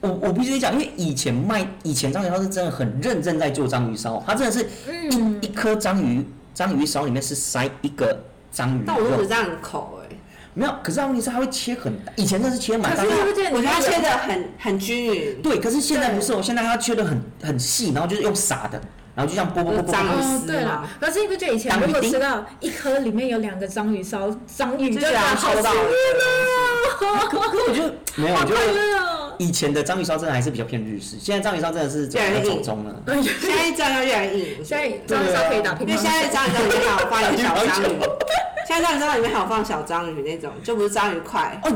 B: 我我必须得讲，因为以前卖以前章鱼烧是真的很认真在做章鱼烧，它真的是一、一颗章鱼章鱼烧里面是塞一个章鱼
A: 但我都只
B: 肉，
A: 这样口哎、
B: 没有。可是问题是它会切很大，以前那是切满
C: 可
B: 大
C: 是
B: 概
C: 你不觉得
A: 我
C: 你
A: 觉得它
C: 那
A: 切
C: 个
A: 的很很均匀，
B: 对，可是现在不是，哦，现在它切的很很细，然后就是用撒的，然后就这样剥剥剥剥
A: 章鱼
B: 剥
C: 哦，对
A: 丝
C: 了
A: 吗，
C: 可是你不觉得以前
B: 章鱼
C: 如果
B: 丁
C: 吃到一颗里面有两个章鱼烧，章鱼
A: 就觉
C: 就觉
A: 得
C: 得
A: 它
C: 好
A: 抽
C: 吃啊
A: 到了。
B: 剥，我觉得没有，我
C: 好
B: 觉
C: 快
B: 得
C: 乐哦！
B: 以前的章鱼烧真的还是比较偏日式，现在章鱼烧真的是走
A: 对
B: 在
A: 硬
B: 走中了。哎
A: 现在章鱼烧越来越硬，我觉
C: 现
A: 得
C: 在章鱼烧可以打
A: 因
C: 乒
A: 为
C: 乓
A: 现
C: 球，
A: 在章鱼烧里面还有放一个小章鱼，现在章鱼烧里面还有放小章鱼那种，就不是章鱼块，
B: 哦，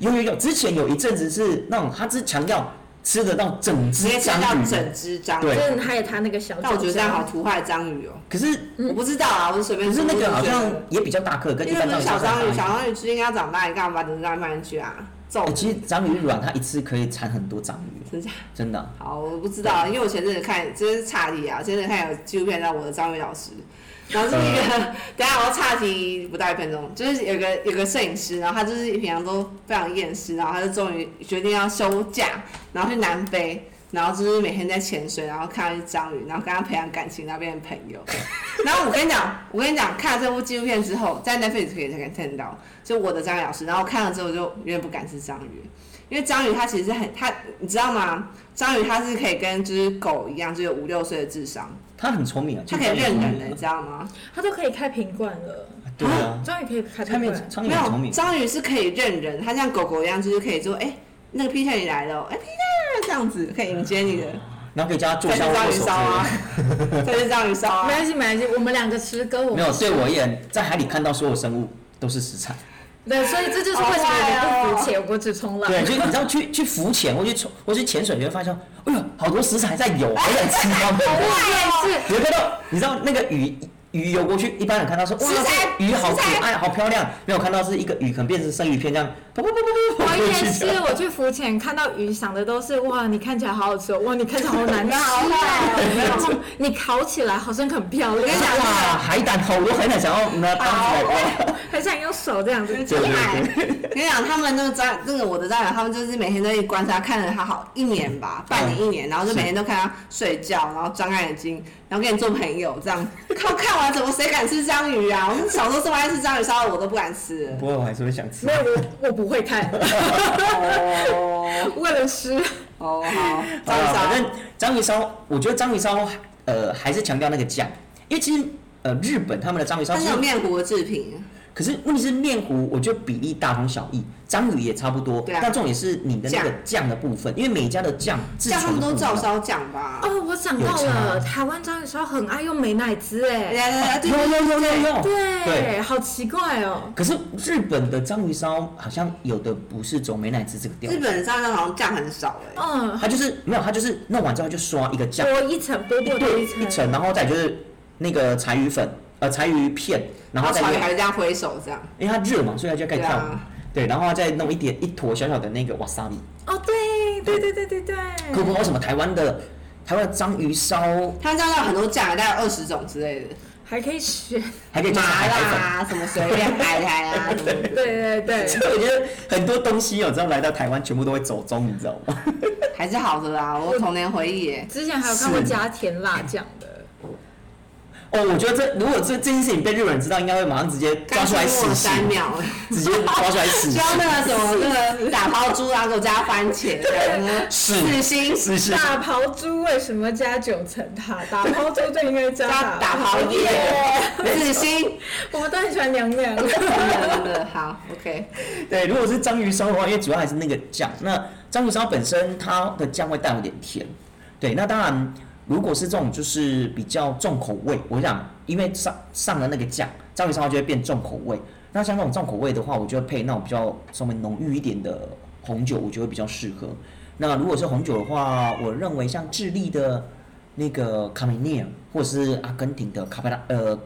B: 有有有有，之前有一阵子是那种，他只强调吃得到整
A: 直接
B: 只
A: 吃
B: 章
A: 到
B: 鱼，
A: 整只章
B: 对
A: 鱼。
C: 就是还有它那个小。
A: 但我觉得这样好。图害章鱼哦、
B: 可是
A: 我不知道啊，我是随便
B: 可是
A: 说
B: 那个好。
A: 我
B: 像
A: 就觉得
B: 也比较大颗，跟
A: 嗯
B: 一
A: 因为
B: 般
A: 不是
B: 章
A: 小
B: 鱼烧
A: 章鱼，小
B: 大。
A: 章鱼就是应该长大，你干嘛把整只章鱼放进去啊？揍
B: 欸！其实章鱼卵它一次可以产很多章鱼，
A: 真假？
B: 真的。
A: 好，我不知道，因为我前阵子看，就是岔题啊，前阵子看有纪录片叫《我的章鱼老师》，然后是一个， (laughs) 等一下我要岔题不到一分钟，就是有个有个摄影师，然后他就是平常都非常厌世，然后他就终于决定要休假，然后去南非。然后就是每天在潜水，然后看到一只章鱼，然后跟他培养感情，然后变成朋友。然后我跟你讲，我跟你讲，看了这部纪录片之后，在 Netflix 可以才看到，就我的章鱼老师。然后看了之后就有点不敢吃章鱼，因为章鱼它其实很它，你知道吗？章鱼它是可以跟就是狗一样，只有五六岁的智商，
B: 它很聪明啊，
A: 它可以认
B: (laughs)
A: 人的，欸你知道吗？
C: 它都可以开瓶罐了，
B: 对啊，
C: 终于可以开
B: 苍
C: 瓶
B: 蝇
C: 罐。
B: 苍
A: 没
B: 蝇很聪明
A: 有，，章鱼是可以认人，它像狗狗一样，就是可以说，哎、那个 Peter 你来了哦，哎、p e t e r 这样子可以迎接你的，
B: 然后可以叫它做
A: 再
B: 烧
A: 去章
B: 握
A: 鱼
B: 手之类
A: 烧啊
B: 的。，
A: 再去章鱼烧
C: 没
A: 啊，
C: 关系，没关系，我们两个吃歌，我
B: 没
C: 们
B: 有，对我而言，在海里看到所有生物都是食材。
C: 对，所以这就是为什么我不浮潜，我只冲浪。 (laughs)
B: 对，就你知道去去浮潜或去冲或去潜水，你会发现，哎呦，好多食材在游，好想吃它们。
C: 我哎也是，
B: 你会看到，你知道那个鱼鱼游过去，一般人看到说，哇，
A: 食材
B: 这鱼好可
A: 食
B: 爱，好漂亮。没有看到是一个鱼，可能变成生鱼片这样，噗噗噗噗噗
C: (laughs) 我
B: 跑过
C: 也
B: 去
C: 是
B: 这样。，
C: 我去浮潜看到鱼，想的都是哇，你看起来好好吃哦，哇，你看起来好难吃
A: 好好
C: (laughs) 哦，然后你烤起来好像很漂亮，
B: 哇，海胆好多海胆想要拿当起来哇！
C: 很想用手这样子
A: 真
B: (laughs) 对对
A: 爱
B: 对。
A: 跟你讲，他们那个章，那个我的章鱼，他们就是每天都一直观察，看了他好一年吧，半年一年，然后就每天都看他睡觉，然后张开眼睛，然后跟你做朋友这样。看看完怎么谁敢吃章鱼啊？我们小时候这么爱吃章鱼烧的，我都不敢吃了。
B: 不过我还是会想吃
C: 没。有，我我不会 (laughs) 看，
A: 哦
C: 为了吃，
A: 哦，好，
B: 好
A: 章鱼
B: 了
A: 烧
B: 反。正章鱼烧，我觉得章鱼烧，呃，还是强调那个酱，因为其实呃，日本他们的章鱼烧
A: 它
B: 是
A: 是有面糊的制品，
B: 可是问题是面糊，我觉得比例大同小异，章鱼也差不多。
A: 对啊
B: 但重点是你的那个
A: 酱
B: 酱的部分，因为每家的酱制
A: 像他
B: 成
A: 们
B: 的
A: 都
B: 不一
A: 照
B: 样。
A: 烧酱吧？
C: 哦，我想到
B: 有差
C: 了，台湾章鱼烧很爱用美乃滋，哎，
A: 来来来，对
B: 有
A: 对
B: 有有
A: 对
B: 有有。对
C: 对，好奇怪哦，
B: 可是日本的章鱼烧好像有的不是走美乃滋这个调
A: 日，本的章鱼烧好像酱很少哎、
B: 哦
C: 嗯，
B: 它就是没有，它就是弄完之后就刷一个酱，
C: 薄一层，薄薄的
B: 对
C: 一层
B: 一，层，然后再就是那个柴鱼粉，呃，柴鱼片，
A: 然
B: 然后
A: 后
B: 再
A: 哦炒鱼
B: 用
A: 还是这样挥手这样。
B: 因为它热嘛，所以它就盖
A: 对
B: 跳舞。
A: 啊，
B: 对，然后再弄一点一坨小小的那个 wasabi。
A: 嗯
C: 哦，对，对对对对对，
B: 可不知道为什么台湾的台湾的章鱼烧
A: 他们章鱼烧很多酱，大概二十种之类的，
C: 还可以选，
B: 还可以加上
A: 麻
B: 海
A: 辣
B: 苔粉， (laughs)
A: 啊，什么随便海苔啊， (laughs) 什么的。
C: 对对对，
B: 所以我觉得很多东西哦，只要来到台湾，全部都会走中，你知道吗？
A: 还是好的啦，我童年回忆耶。
C: 之前还有看过加甜辣酱的，
B: 哦，我觉得这如果这这件事情被日本人知道，应该会马上直接抓出来
A: 刚出
B: 死
A: 没有三
B: 刑，
A: 秒，
B: 直接抓出来死
A: 需
B: (laughs) 刑，
A: 要那个什么那个打抛猪，然啊后给我加番茄，对
B: (laughs) 是
A: 四星
B: 是是，
C: 打抛猪为什么加九层塔？打抛猪就应该
A: (laughs)
C: 加
A: 加打
C: 抛
A: 抛
C: 耶，
A: 耶，四星，
C: 我们都很喜欢娘
A: (laughs)
C: 娘。
A: 真的真的好，OK，
B: 对，如果是章鱼烧的话，因为主要还是那个酱。那章鱼烧本身它的酱会带有点甜，对。那当然，如果是这种就是比较重口味，我想因为上上了那个酱，章鱼烧就会变重口味。那像那种重口味的话，我就会配那种比较稍微浓郁一点的红酒，我觉得会比较适合。那如果是红酒的话，我认为像智利的那个卡米涅尔，或者是阿根廷的卡贝拉呃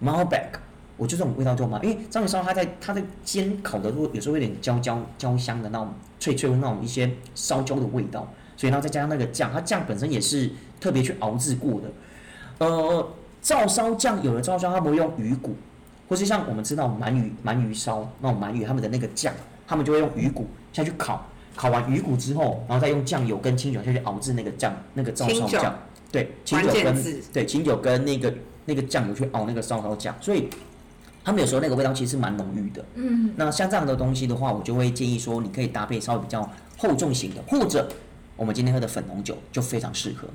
B: m a l b e c 我觉得这种味道就蛮，因为章鱼烧它在它在煎烤的时候，有时候有点焦焦焦香的那种脆脆的那种一些烧焦的味道，所以然后再加上那个酱，它酱本身也是特别去熬制过的。呃，照烧酱有的照烧他们会用鱼骨，或是像我们知道鳗鱼鳗鱼烧那种鳗鱼他们的那个酱，他们就会用鱼骨下去烤，烤完鱼骨之后，然后再用酱油跟清酒下去熬制那个酱那个照烧
A: 清酒
B: 酱，对，清酒
A: 关键
B: 跟
A: 字
B: 对清酒跟那个那个酱油去熬那个烧烧酱，所以他们有时候那个味道其实蛮浓郁的。
C: 嗯，
B: 那像这样的东西的话，我就会建议说，你可以搭配稍微比较厚重型的，或者我们今天喝的粉红酒就非常适合。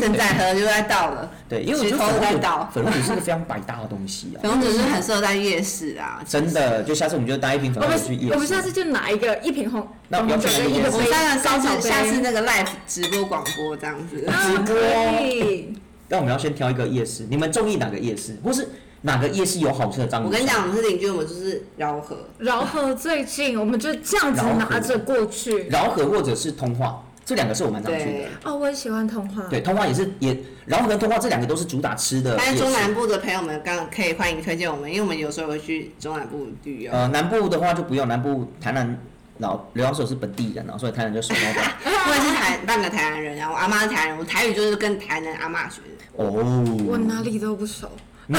A: 正在喝就在倒了。
B: 对，因为我觉得
A: 石头
B: 粉红
A: 在
B: 酒
A: 倒
B: 粉红酒是一个非常百搭的东西啊，
A: 粉红酒是很适合在夜市啊，
B: 真的。就下次我们就搭一瓶粉
C: 我
B: 红
C: 们
B: 酒去夜市。
C: 我们下次就拿一个一瓶红
B: 那
C: 红
B: 不要
C: 酒
B: 去
C: 跟
B: 那
C: 一
B: 个
C: 个
A: 我们
C: 杯
A: 三个上
C: 高脚
A: 次
C: 杯
A: 下次那个 live 直播广播这样子，
C: 啊
B: 直播
C: 可以
B: 但我们要先挑一个夜市，你们中意哪个夜市，或是哪个夜市有好吃的章鱼？
A: 我跟你讲，，我们是邻居，我们就是饶河。
C: 饶河最近，我们就这样子拿着过去。
B: 饶河或者是通化，这两个是我蛮常去的
A: 对。，
C: 哦，我也喜欢童话。
B: 对，通化也是也，饶河跟通化这两个都是主打吃的夜市。
A: 但是中南部的朋友们刚可以欢迎推荐我们，因为我们有时候会去中南部旅游。
B: 呃，南部的话就不用，南部台南老刘教授是本地人啊，所以台南就说老
C: (laughs)
B: 板
A: 我也是台半个台南人啊，我阿妈是台南人，我台语就是跟台南阿妈学
B: (laughs)
A: 的。
C: 我哎
B: 哦，
C: 哪里都不熟。
A: 你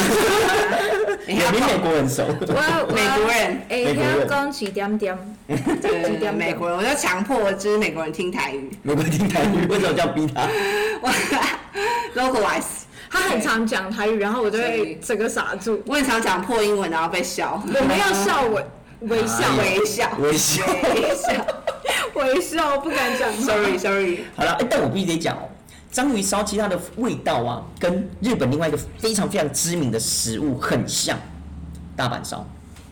B: 也
A: 要
B: 比
A: 碰
B: 哎美国人熟。
C: 我要
A: 美国人，
C: 哎，
B: 美国人
C: 要讲几点点？
A: 对对对，美国人，我就强迫就是美国人听台语
B: 美国人听台语，为什么这样逼
C: (laughs)
B: 他？哎
A: ，localize。
C: 他很常讲台语，然后我就会整个傻住。
A: 我很常讲破英 (laughs) 文，然后被笑，
C: 我们要笑微微笑，
B: 哎
A: 微笑，
B: 微笑
A: 微笑。
C: 微笑，啊不敢讲话。
A: ，sorry sorry，
B: 好了、欸但我必须得讲哦，章鱼烧其实它的味道啊，跟日本另外一个非常非常知名的食物很像，大阪烧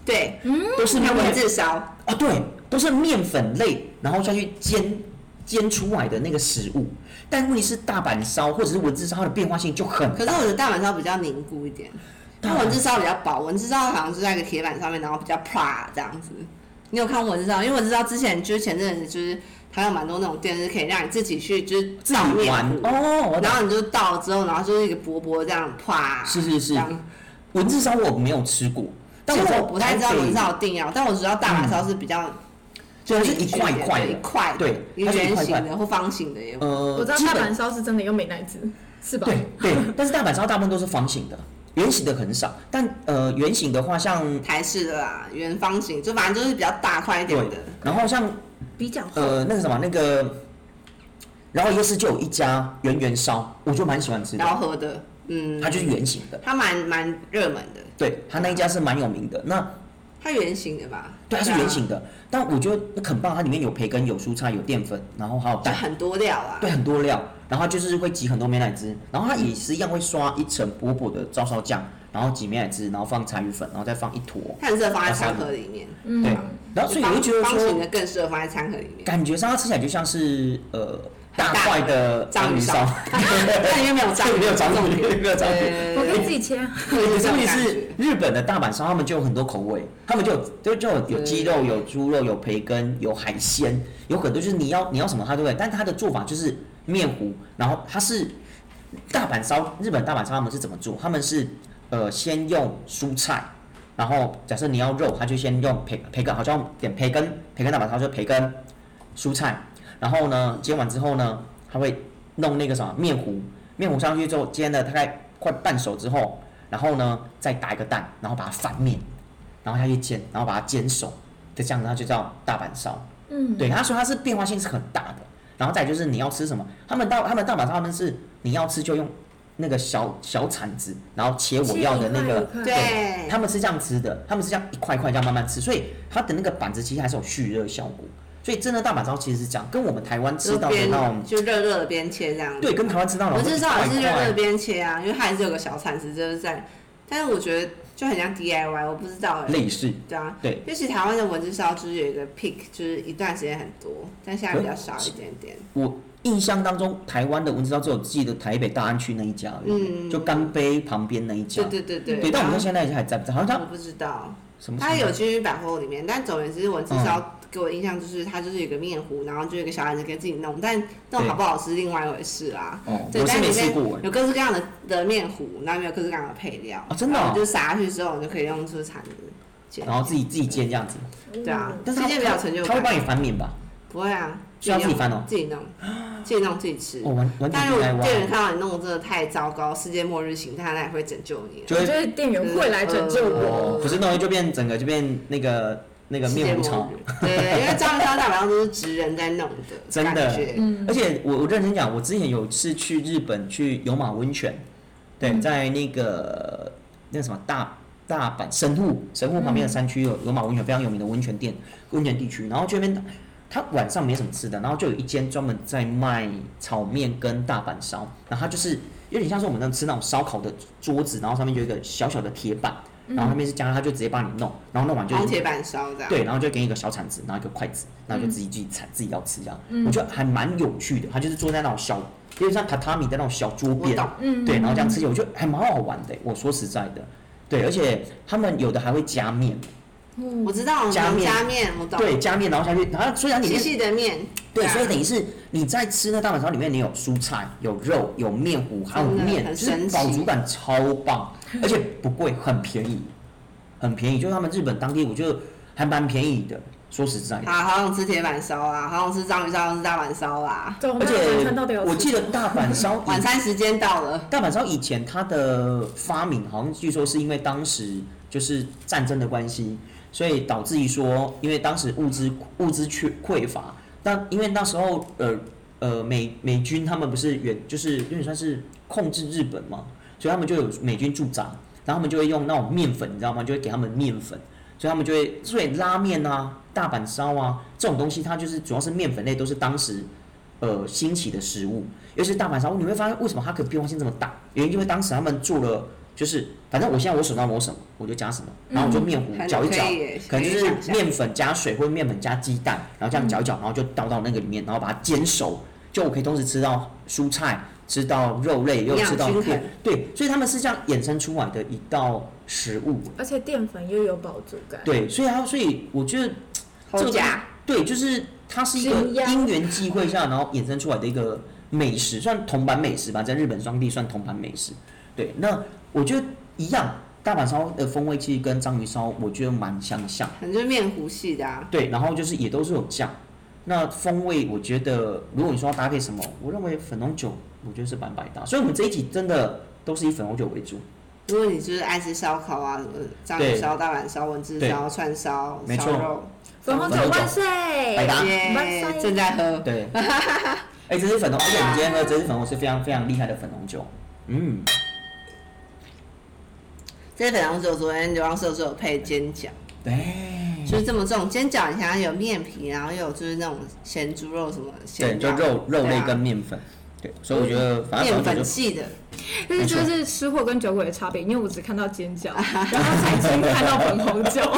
A: 对，
C: 嗯
B: 都是
A: 还有
B: 面
A: 文字烧，
B: 啊，对，都是面粉类，然后再去煎煎出来的那个食物。但问题是，大阪烧或者是文字烧，它的变化性就很
A: 可是我的大阪烧比较凝固一点，
B: 啊
A: 它文字烧比较薄，文字烧好像是在一个铁板上面，然后比较啪这样子。你有看过文字烧？因为文字烧之前就是前阵子就是它有蛮多那种店是可以让你自己去就是
B: 自
A: 倒
B: 己
A: 面
B: 玩
A: 糊
B: 哦。我懂
A: 然后你就倒了之后，然后就是一个薄薄这样啪，
B: 是是是
A: 这样
B: 文字烧我没有吃过，但
A: 但我
B: 在
A: 不太知道
B: 台北
A: 文字烧的定要，但我只知道大阪烧是比较
B: 嗯就是
A: 凝
B: 一
A: 聚
B: 块一
A: 点
B: 块
A: 对
B: 的
A: 一块
B: 对它是一
A: 圆
B: 块一块
A: 形的或方形的也有。
B: 呃，
C: 我知道
B: 基
C: 大
B: 本
C: 阪烧是真的有美乃滋，是吧？
B: 对对， (laughs) 但是大阪烧大部分都是方形的，圆形的很少。但呃，圆形的话像
A: 台式的啦，圆方形，就反正就是比较大块一点
B: 对
A: 的。，
B: 然后像
C: 比较厚。
B: 呃那个什么那个，然后夜市就有一家圆圆烧，我就蛮喜欢吃的
A: 然，后喝的，嗯，
B: 它就是圆形的，
A: 它蛮蛮热门的，
B: 对，它那一家是蛮有名的。那
A: 它圆形的吧？
B: 对，它是
A: 啊
B: 圆，形的，但我觉得很棒，它里面有培根、有蔬菜、有淀粉，然后还有
A: 就
B: 蛋，
A: 很多料啊。
B: 对，很多料，然后它就是会挤很多美乃滋，然后它也是一样会刷一层薄薄的照烧酱，然后挤美乃滋，然后放柴鱼粉，然后再放一坨，
A: 它很适合放在餐盒里面，
C: 嗯
B: 对，然后所以我就觉得
A: 嗯方方形
B: 说，
A: 的更适合放在餐盒里面，
B: 感觉上它吃起来就像是呃大
A: 大
B: 块的
A: 章鱼烧
B: 烧，
A: (laughs) 但里面没有章
B: 这
A: 鱼，
B: (laughs) 里没有章
A: 重
B: 鱼，
A: 点
B: 没有章鱼。
A: 对
C: 我可以自己切啊，
B: (laughs)
A: 对，这
B: 可是
A: 种
B: 问题
A: 感
B: 是
A: 觉，
B: 日本的大阪烧，他们就有很多口味，他们就有就就有有
A: 对
B: 鸡肉、有猪肉、有培根、有海鲜，有很多就是你要你要什么它都会。但它的做法就是面糊，然后它是大阪烧，日本大阪烧他们是怎么做？他们是呃先用蔬菜，然后假设你要肉，他就先用培培根，好像点培根，培根大阪烧就培根蔬菜，然后呢煎完之后呢，他会弄那个什么面糊，面糊上去之后煎了大概快半熟之后，然后呢再打一个蛋，然后把它翻面，然后下去煎，然后把它煎熟，就这样子它就叫大阪烧。
C: 嗯，
B: 对，他说它是变化性是很大的。然后再就是你要吃什么，他们大他们大阪烧他们是你要吃就用那个小小铲子，然后切我要的那个
C: 切一块一块哎
A: 对，
B: 他们是这样吃的，他们是这样一块一块这样慢慢吃，所以它的那个板子其实还是有蓄热效果。所以真的大阪烧其实是这样，跟我们台湾吃
A: 就
B: 到的
A: 边
B: 那种，
A: 就热热的边切这样子。
B: 对，跟台湾吃到的
A: 我
B: 那种
A: 至
B: 一
A: 少
B: 块
A: 也
B: 一
A: 是热热
B: 块，
A: 边切啊，因为它还是有个小铲子，就是在，但是我觉得就很像 DIY，我不知道哎、
B: 类似，
A: 对啊，
B: 对，
A: 尤其台湾的文字烧就是有一个 peak，就是一段时间很多，但现在比较少一点点。
B: 我印象当中台湾的文字烧只有记得台北大安区那一家而已，
A: 嗯
B: 就干杯旁边那一家
A: 对，对对对，
B: 对，但我
A: 然
B: 们
A: 后
B: 现在还在不在？好像它
A: 我不知道，
B: 什么？
A: 它有去百货里面，但总而言之，文字
B: 嗯
A: 烧给我印象就是它就是有一个面糊，然后就有一个小孩子可以自己弄，但那种好不好吃是另外一回事啦。
B: 哦，
A: 对，
B: 我是
A: 但
B: 没
A: 里
B: 吃
A: 面
B: 过哎。
A: 有各式各样的的面糊，然后没有各式各样的配料，
B: 哦真的哦
A: 然后你就撒下去之后，你就可以用就是铲子剪，
B: 然后自己自己煎这样子，
A: 对啊，
B: 但是
A: 这
B: 他
A: 件比较成就
B: 他会
A: 感，
B: 帮你翻面吧？
A: 不会啊，
B: 需要自己翻哦。
A: 自己弄，自己弄自己吃。
B: 哦，完完
A: 但
B: 全
A: 如果
B: DIY
A: 店员看到你弄得真的太糟糕，世界末日型态，那也会拯救你啊。
B: 就
C: 我
B: 会
C: 觉得店员会来拯救我。
B: 哦，不是弄就变整个就变那个那个
A: 世界
B: 面糊
A: 末
B: 槽。
A: 日，对，对对因为章鱼烧大晚上都是职人在弄的，
B: (laughs) 真的
A: 感觉
C: 嗯，
B: 而且我我认真讲，我之前有次去日本去有马温泉，对，在那个那什么大大阪神户神户旁边的山区有有马温泉，非常有名的温泉店温泉地区。然后这边它晚上没什么吃的，然后就有一间专门在卖炒面跟大阪烧，然后它就是有点像是我们那种吃那种烧烤的桌子，然后上面就有一个小小的铁板，然后那边是加它就直接帮你弄，然后弄完就
A: 红铁板烧这样。
B: 对，然后就给你一个小铲子，然后一个筷子，
A: 嗯
B: 然后就自己自己铲、自己要吃这样，我觉得还蛮有趣的。他就是坐在那种小，有点像榻榻米的那种小桌
A: 我
B: 边，
A: 懂，
C: 嗯，
B: 对，然后这样吃起来，我觉得还蛮好玩的。我说实在的，
A: 嗯
B: 对，而且他们有的还会加面，
C: 嗯
A: 我知道，我
B: 加
A: 懂
B: 面
A: 加面，我懂，
B: 对，加面然后下去，然后虽然里
A: 细
B: 面
A: 细的面，
B: 对，所以
A: 啊
B: 等于是你在吃那大碗烧里面，你有蔬菜、有肉、有面糊，还有
A: 真的
B: 面，
A: 很
B: 就是
A: 神奇
B: 饱足感超棒，而且不贵，很便宜，很便宜，就是他们日本当地我觉得还蛮便宜的。说实在的。
A: 好好想吃铁板烧啊，好想吃章鱼烧，好想吃大阪烧啊。
C: 对，我
B: 而
C: 们晚餐到
B: 且
C: 底有
B: 我记得大
A: (laughs)
B: 阪烧
A: 晚
B: 以
A: 餐时间到了，
B: 大阪烧以前它的发明好像据说是因为当时就是战争的关系，所以导致于说，因为当时物资物资缺匮乏，但因为那时候呃呃美美军他们不是远就是有点算是控制日本嘛，所以他们就有美军驻扎，然后他们就会用那种面粉，你知道吗？就会给他们面粉。所以他们就会所以拉面啊、大阪烧啊这种东西，它就是主要是面粉类，都是当时呃兴起的食物。尤其是大阪烧，你会发现为什么它可以变化性这么大，原因就是当时他们做了，就是反正我现在我手上有什么我就加什么，然后我就面糊
A: 还
B: 搅一搅
A: 可，以耶，
B: 可能就是
A: 想象
B: 面粉加水或者面粉加鸡蛋，然后这样搅一搅，然后就倒到那个里面，然后把它煎熟，就我可以同时吃到蔬菜，吃到肉类，又
A: 营养
B: 吃到
A: 均衡
B: 面，对，所以他们是这样衍生出来的一道食物。
C: 而且淀粉又有饱足感，
B: 对，所以它，所以我觉得这
A: 好
B: 个
A: 假，
B: 对，就是它是一个
C: 是一样
B: 因缘际会下，然后衍生出来的一个美食，算铜板美食吧，在日本当地算铜板美食。对，那我觉得一样，大阪烧的风味其实跟章鱼烧我觉得蛮相像。
A: 反正就是面糊系的啊，
B: 对，然后就是也都是有酱。那风味，我觉得如果你说要搭配什么，我认为粉红酒，我觉得是蛮百搭。所以我们这一集真的都是以粉红酒为主，
A: 如果你就是爱吃烧烤啊，什么章鱼烧、大阪烧、文字烧、串烧、
B: 没错啊
A: 烧肉，
C: 粉红酒万岁！
B: 百搭
A: 耶
C: 万，岁
A: 正在喝，
B: 对，
A: (laughs)
B: 哎、这是粉红，而且我们今天喝的这支粉红是非常非常厉害的粉红酒。嗯，
A: 这些粉红酒昨天流浪射手有配煎饺，
B: 对，
A: 就是这么重，煎饺你想想有面皮，然后又有就是那种咸猪肉什么，
B: 对，
A: 咸
B: 就
A: 鸭
B: 肉肉类
A: 对啊嗯
B: 跟面粉，对，所以我觉得反正
A: 面
B: 粉红酒
A: 粉
B: 就
A: 系的，
C: 但是这就是吃货跟酒鬼的差别，因为我只看到
B: (laughs)
C: 煎饺，然后才先看到粉红酒。
B: (laughs)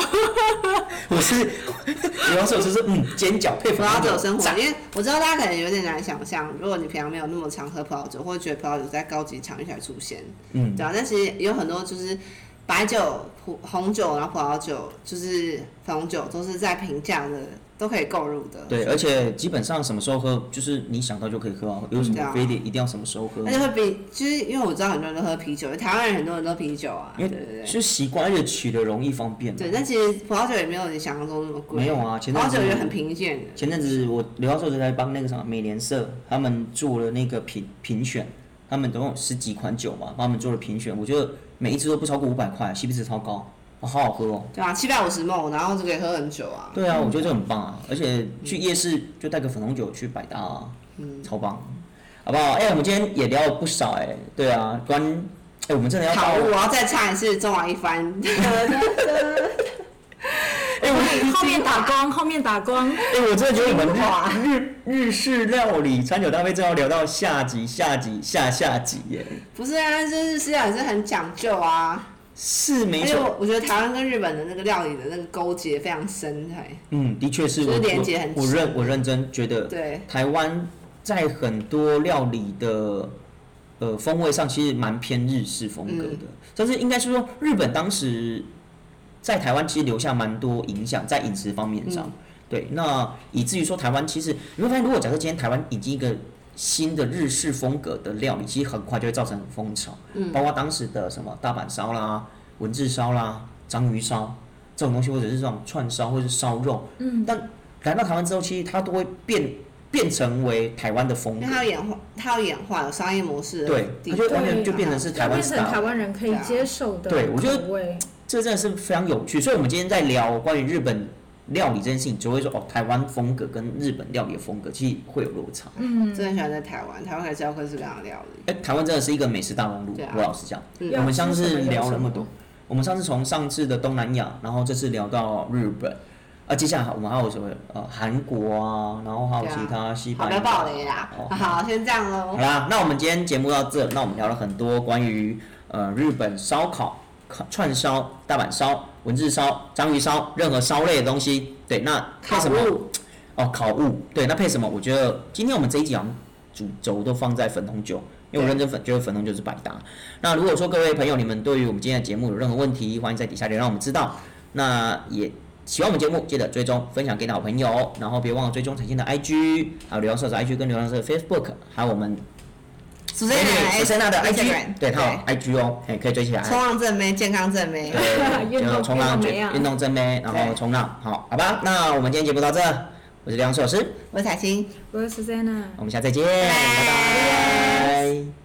B: 我是有时候就是嗯煎饺配
A: 葡
B: 粉
A: 萄
B: 红
A: 酒
B: 酒
A: 生活，
B: 赞
A: 因为我知道大家可能有点难想象，如果你平常没有那么常喝葡萄酒，或者觉得葡萄酒在高级场域才出现，
B: 嗯，
A: 对啊，但其实有很多就是白酒、葡红酒，然后葡萄酒，就是粉红酒，都是在平价的都可以购入的，
B: 对，而且基本上什么时候喝，就是你想到就可以喝啊，有什
A: 对啊
B: 么非得一定要什么时候喝吗
A: 而且会比，就是因为我知道很多人都喝啤酒，台湾人很多人都喝啤酒啊，对
B: 因
A: 对
B: 为
A: 对。
B: 就习惯，而且取得容易方便嘛。
A: 对，但其实葡萄酒也没有你想象中那么贵。
B: 没有啊前
A: 葡
B: 阵
A: 萄
B: 子
A: 酒也很平贱的。
B: 前阵子我刘教授就在帮那个什么美联社他们做了那个评评选，他们总共有十几款酒嘛，帮他们做了评选，我觉得每一支都不超过五百块，CP 值超高，哦好好喝哦。
A: 对啊，七百五十梦，然后就可以喝很久啊。
B: 对啊，我觉得这很棒啊，而且去夜市就带个粉红酒去百搭啊，
A: 嗯
B: 超棒，好不好？哎、我们今天也聊了不少哎、对啊，关哎、我们真的要到
A: 好，我要再唱一次《中华一番》。 (laughs)
B: 哎、我
C: 后面打光，后面打光，
B: 哎、我真的觉得我们
A: 啊
B: 日日日式料理餐酒搭配，真的要聊到下集、下集、下下集耶，
A: 不是啊，就是实际上也是很讲究啊。
B: 是没
A: 而且
B: 错。
A: 我我觉得台湾跟日本的那个料理的那个勾结非常深，哎，
B: 嗯，的确是
A: 就
B: 我
A: 是
B: 我
A: 连结很
B: 我认我认真觉得，
A: 对，
B: 台湾在很多料理的呃风味上，其实蛮偏日式风格
A: 嗯
B: 的，但是应该是说日本当时在台湾其实留下蛮多影响在饮食方面
A: 嗯
B: 上。对，那以至于说台湾其实你会发现，如果假设今天台湾引进一个新的日式风格的料理，其实很快就会造成风潮，嗯，包括当时的什么大阪烧啦、文治烧啦、章鱼烧这种东西，或者是这种串烧或者是烧肉，嗯，但来到台湾之后，其实它都会变变成为台湾的
A: 因
B: 风格
A: 为，它有演化，它有演化，有商业模式的
B: 嗯对，
A: 地
B: 它
A: 方，
B: 就完全就变成是台
C: 就
B: 湾
C: 变成
B: style
C: 台。湾人可以接受的
B: 对我觉得
C: 口味。
B: 这真的是非常有趣。所以，我们今天在聊关于日本料理这件事情，只会说哦，台湾风格跟日本料理的风格其实会有落差。
A: 嗯真的很喜欢在台湾，台湾可以知道各式各样的料理。
B: 哎、台湾真的是一个美食大熔炉
A: 对啊。
B: 我老实讲，
A: 嗯
B: 我们上次聊了那么
C: 要吃什么有什么
B: 多，我们上次从上次的东南亚，然后这次聊到日本。啊，接下来我们还有什么？呃，韩国啊，然后还有
A: 对啊
B: 其他西
A: 好，
B: 班
A: 不
B: 牙。
A: 要暴雷啦
B: 哦。
A: 好，先这样喽
B: 好。啦，那我们今天节目到这，那我们聊了很多关于呃日本烧烤、烤串烧、大阪烧、文字烧、章鱼烧，任何烧类的东西。对，那配什么？
A: 烤物
B: 哦，烤物。对，那配什么？我觉得今天我们这一集好像主轴都放在粉红酒，因为我
A: 对
B: 认真粉觉得粉红酒是百搭。那如果说各位朋友你们对于我们今天的节目有任何问题，欢迎在底下留言让我们知道。那也喜欢我们节目，记得追踪、分享给你的好朋友，然后别忘了追踪彩信的 IG，还有流浪社的 IG 跟流浪社的 Facebook，还有我们
A: 主持人
B: 苏珊哎娜的
A: 哎 Instagram，
B: IG，对，她有 IG 哦，哎，可以追起来。
A: 冲浪正妹，健康正妹，
B: 对，
C: (laughs) 运动
B: 就冲浪、
C: 运动
B: 就
C: 怎么样
B: 运动正妹，然后
A: 对
B: 冲浪，好，好吧，那我们今天节目到这，我是梁老师，
A: 我是彩青。
C: 我是 Susanna。
B: 我们下次再见，
A: 拜
B: 拜拜。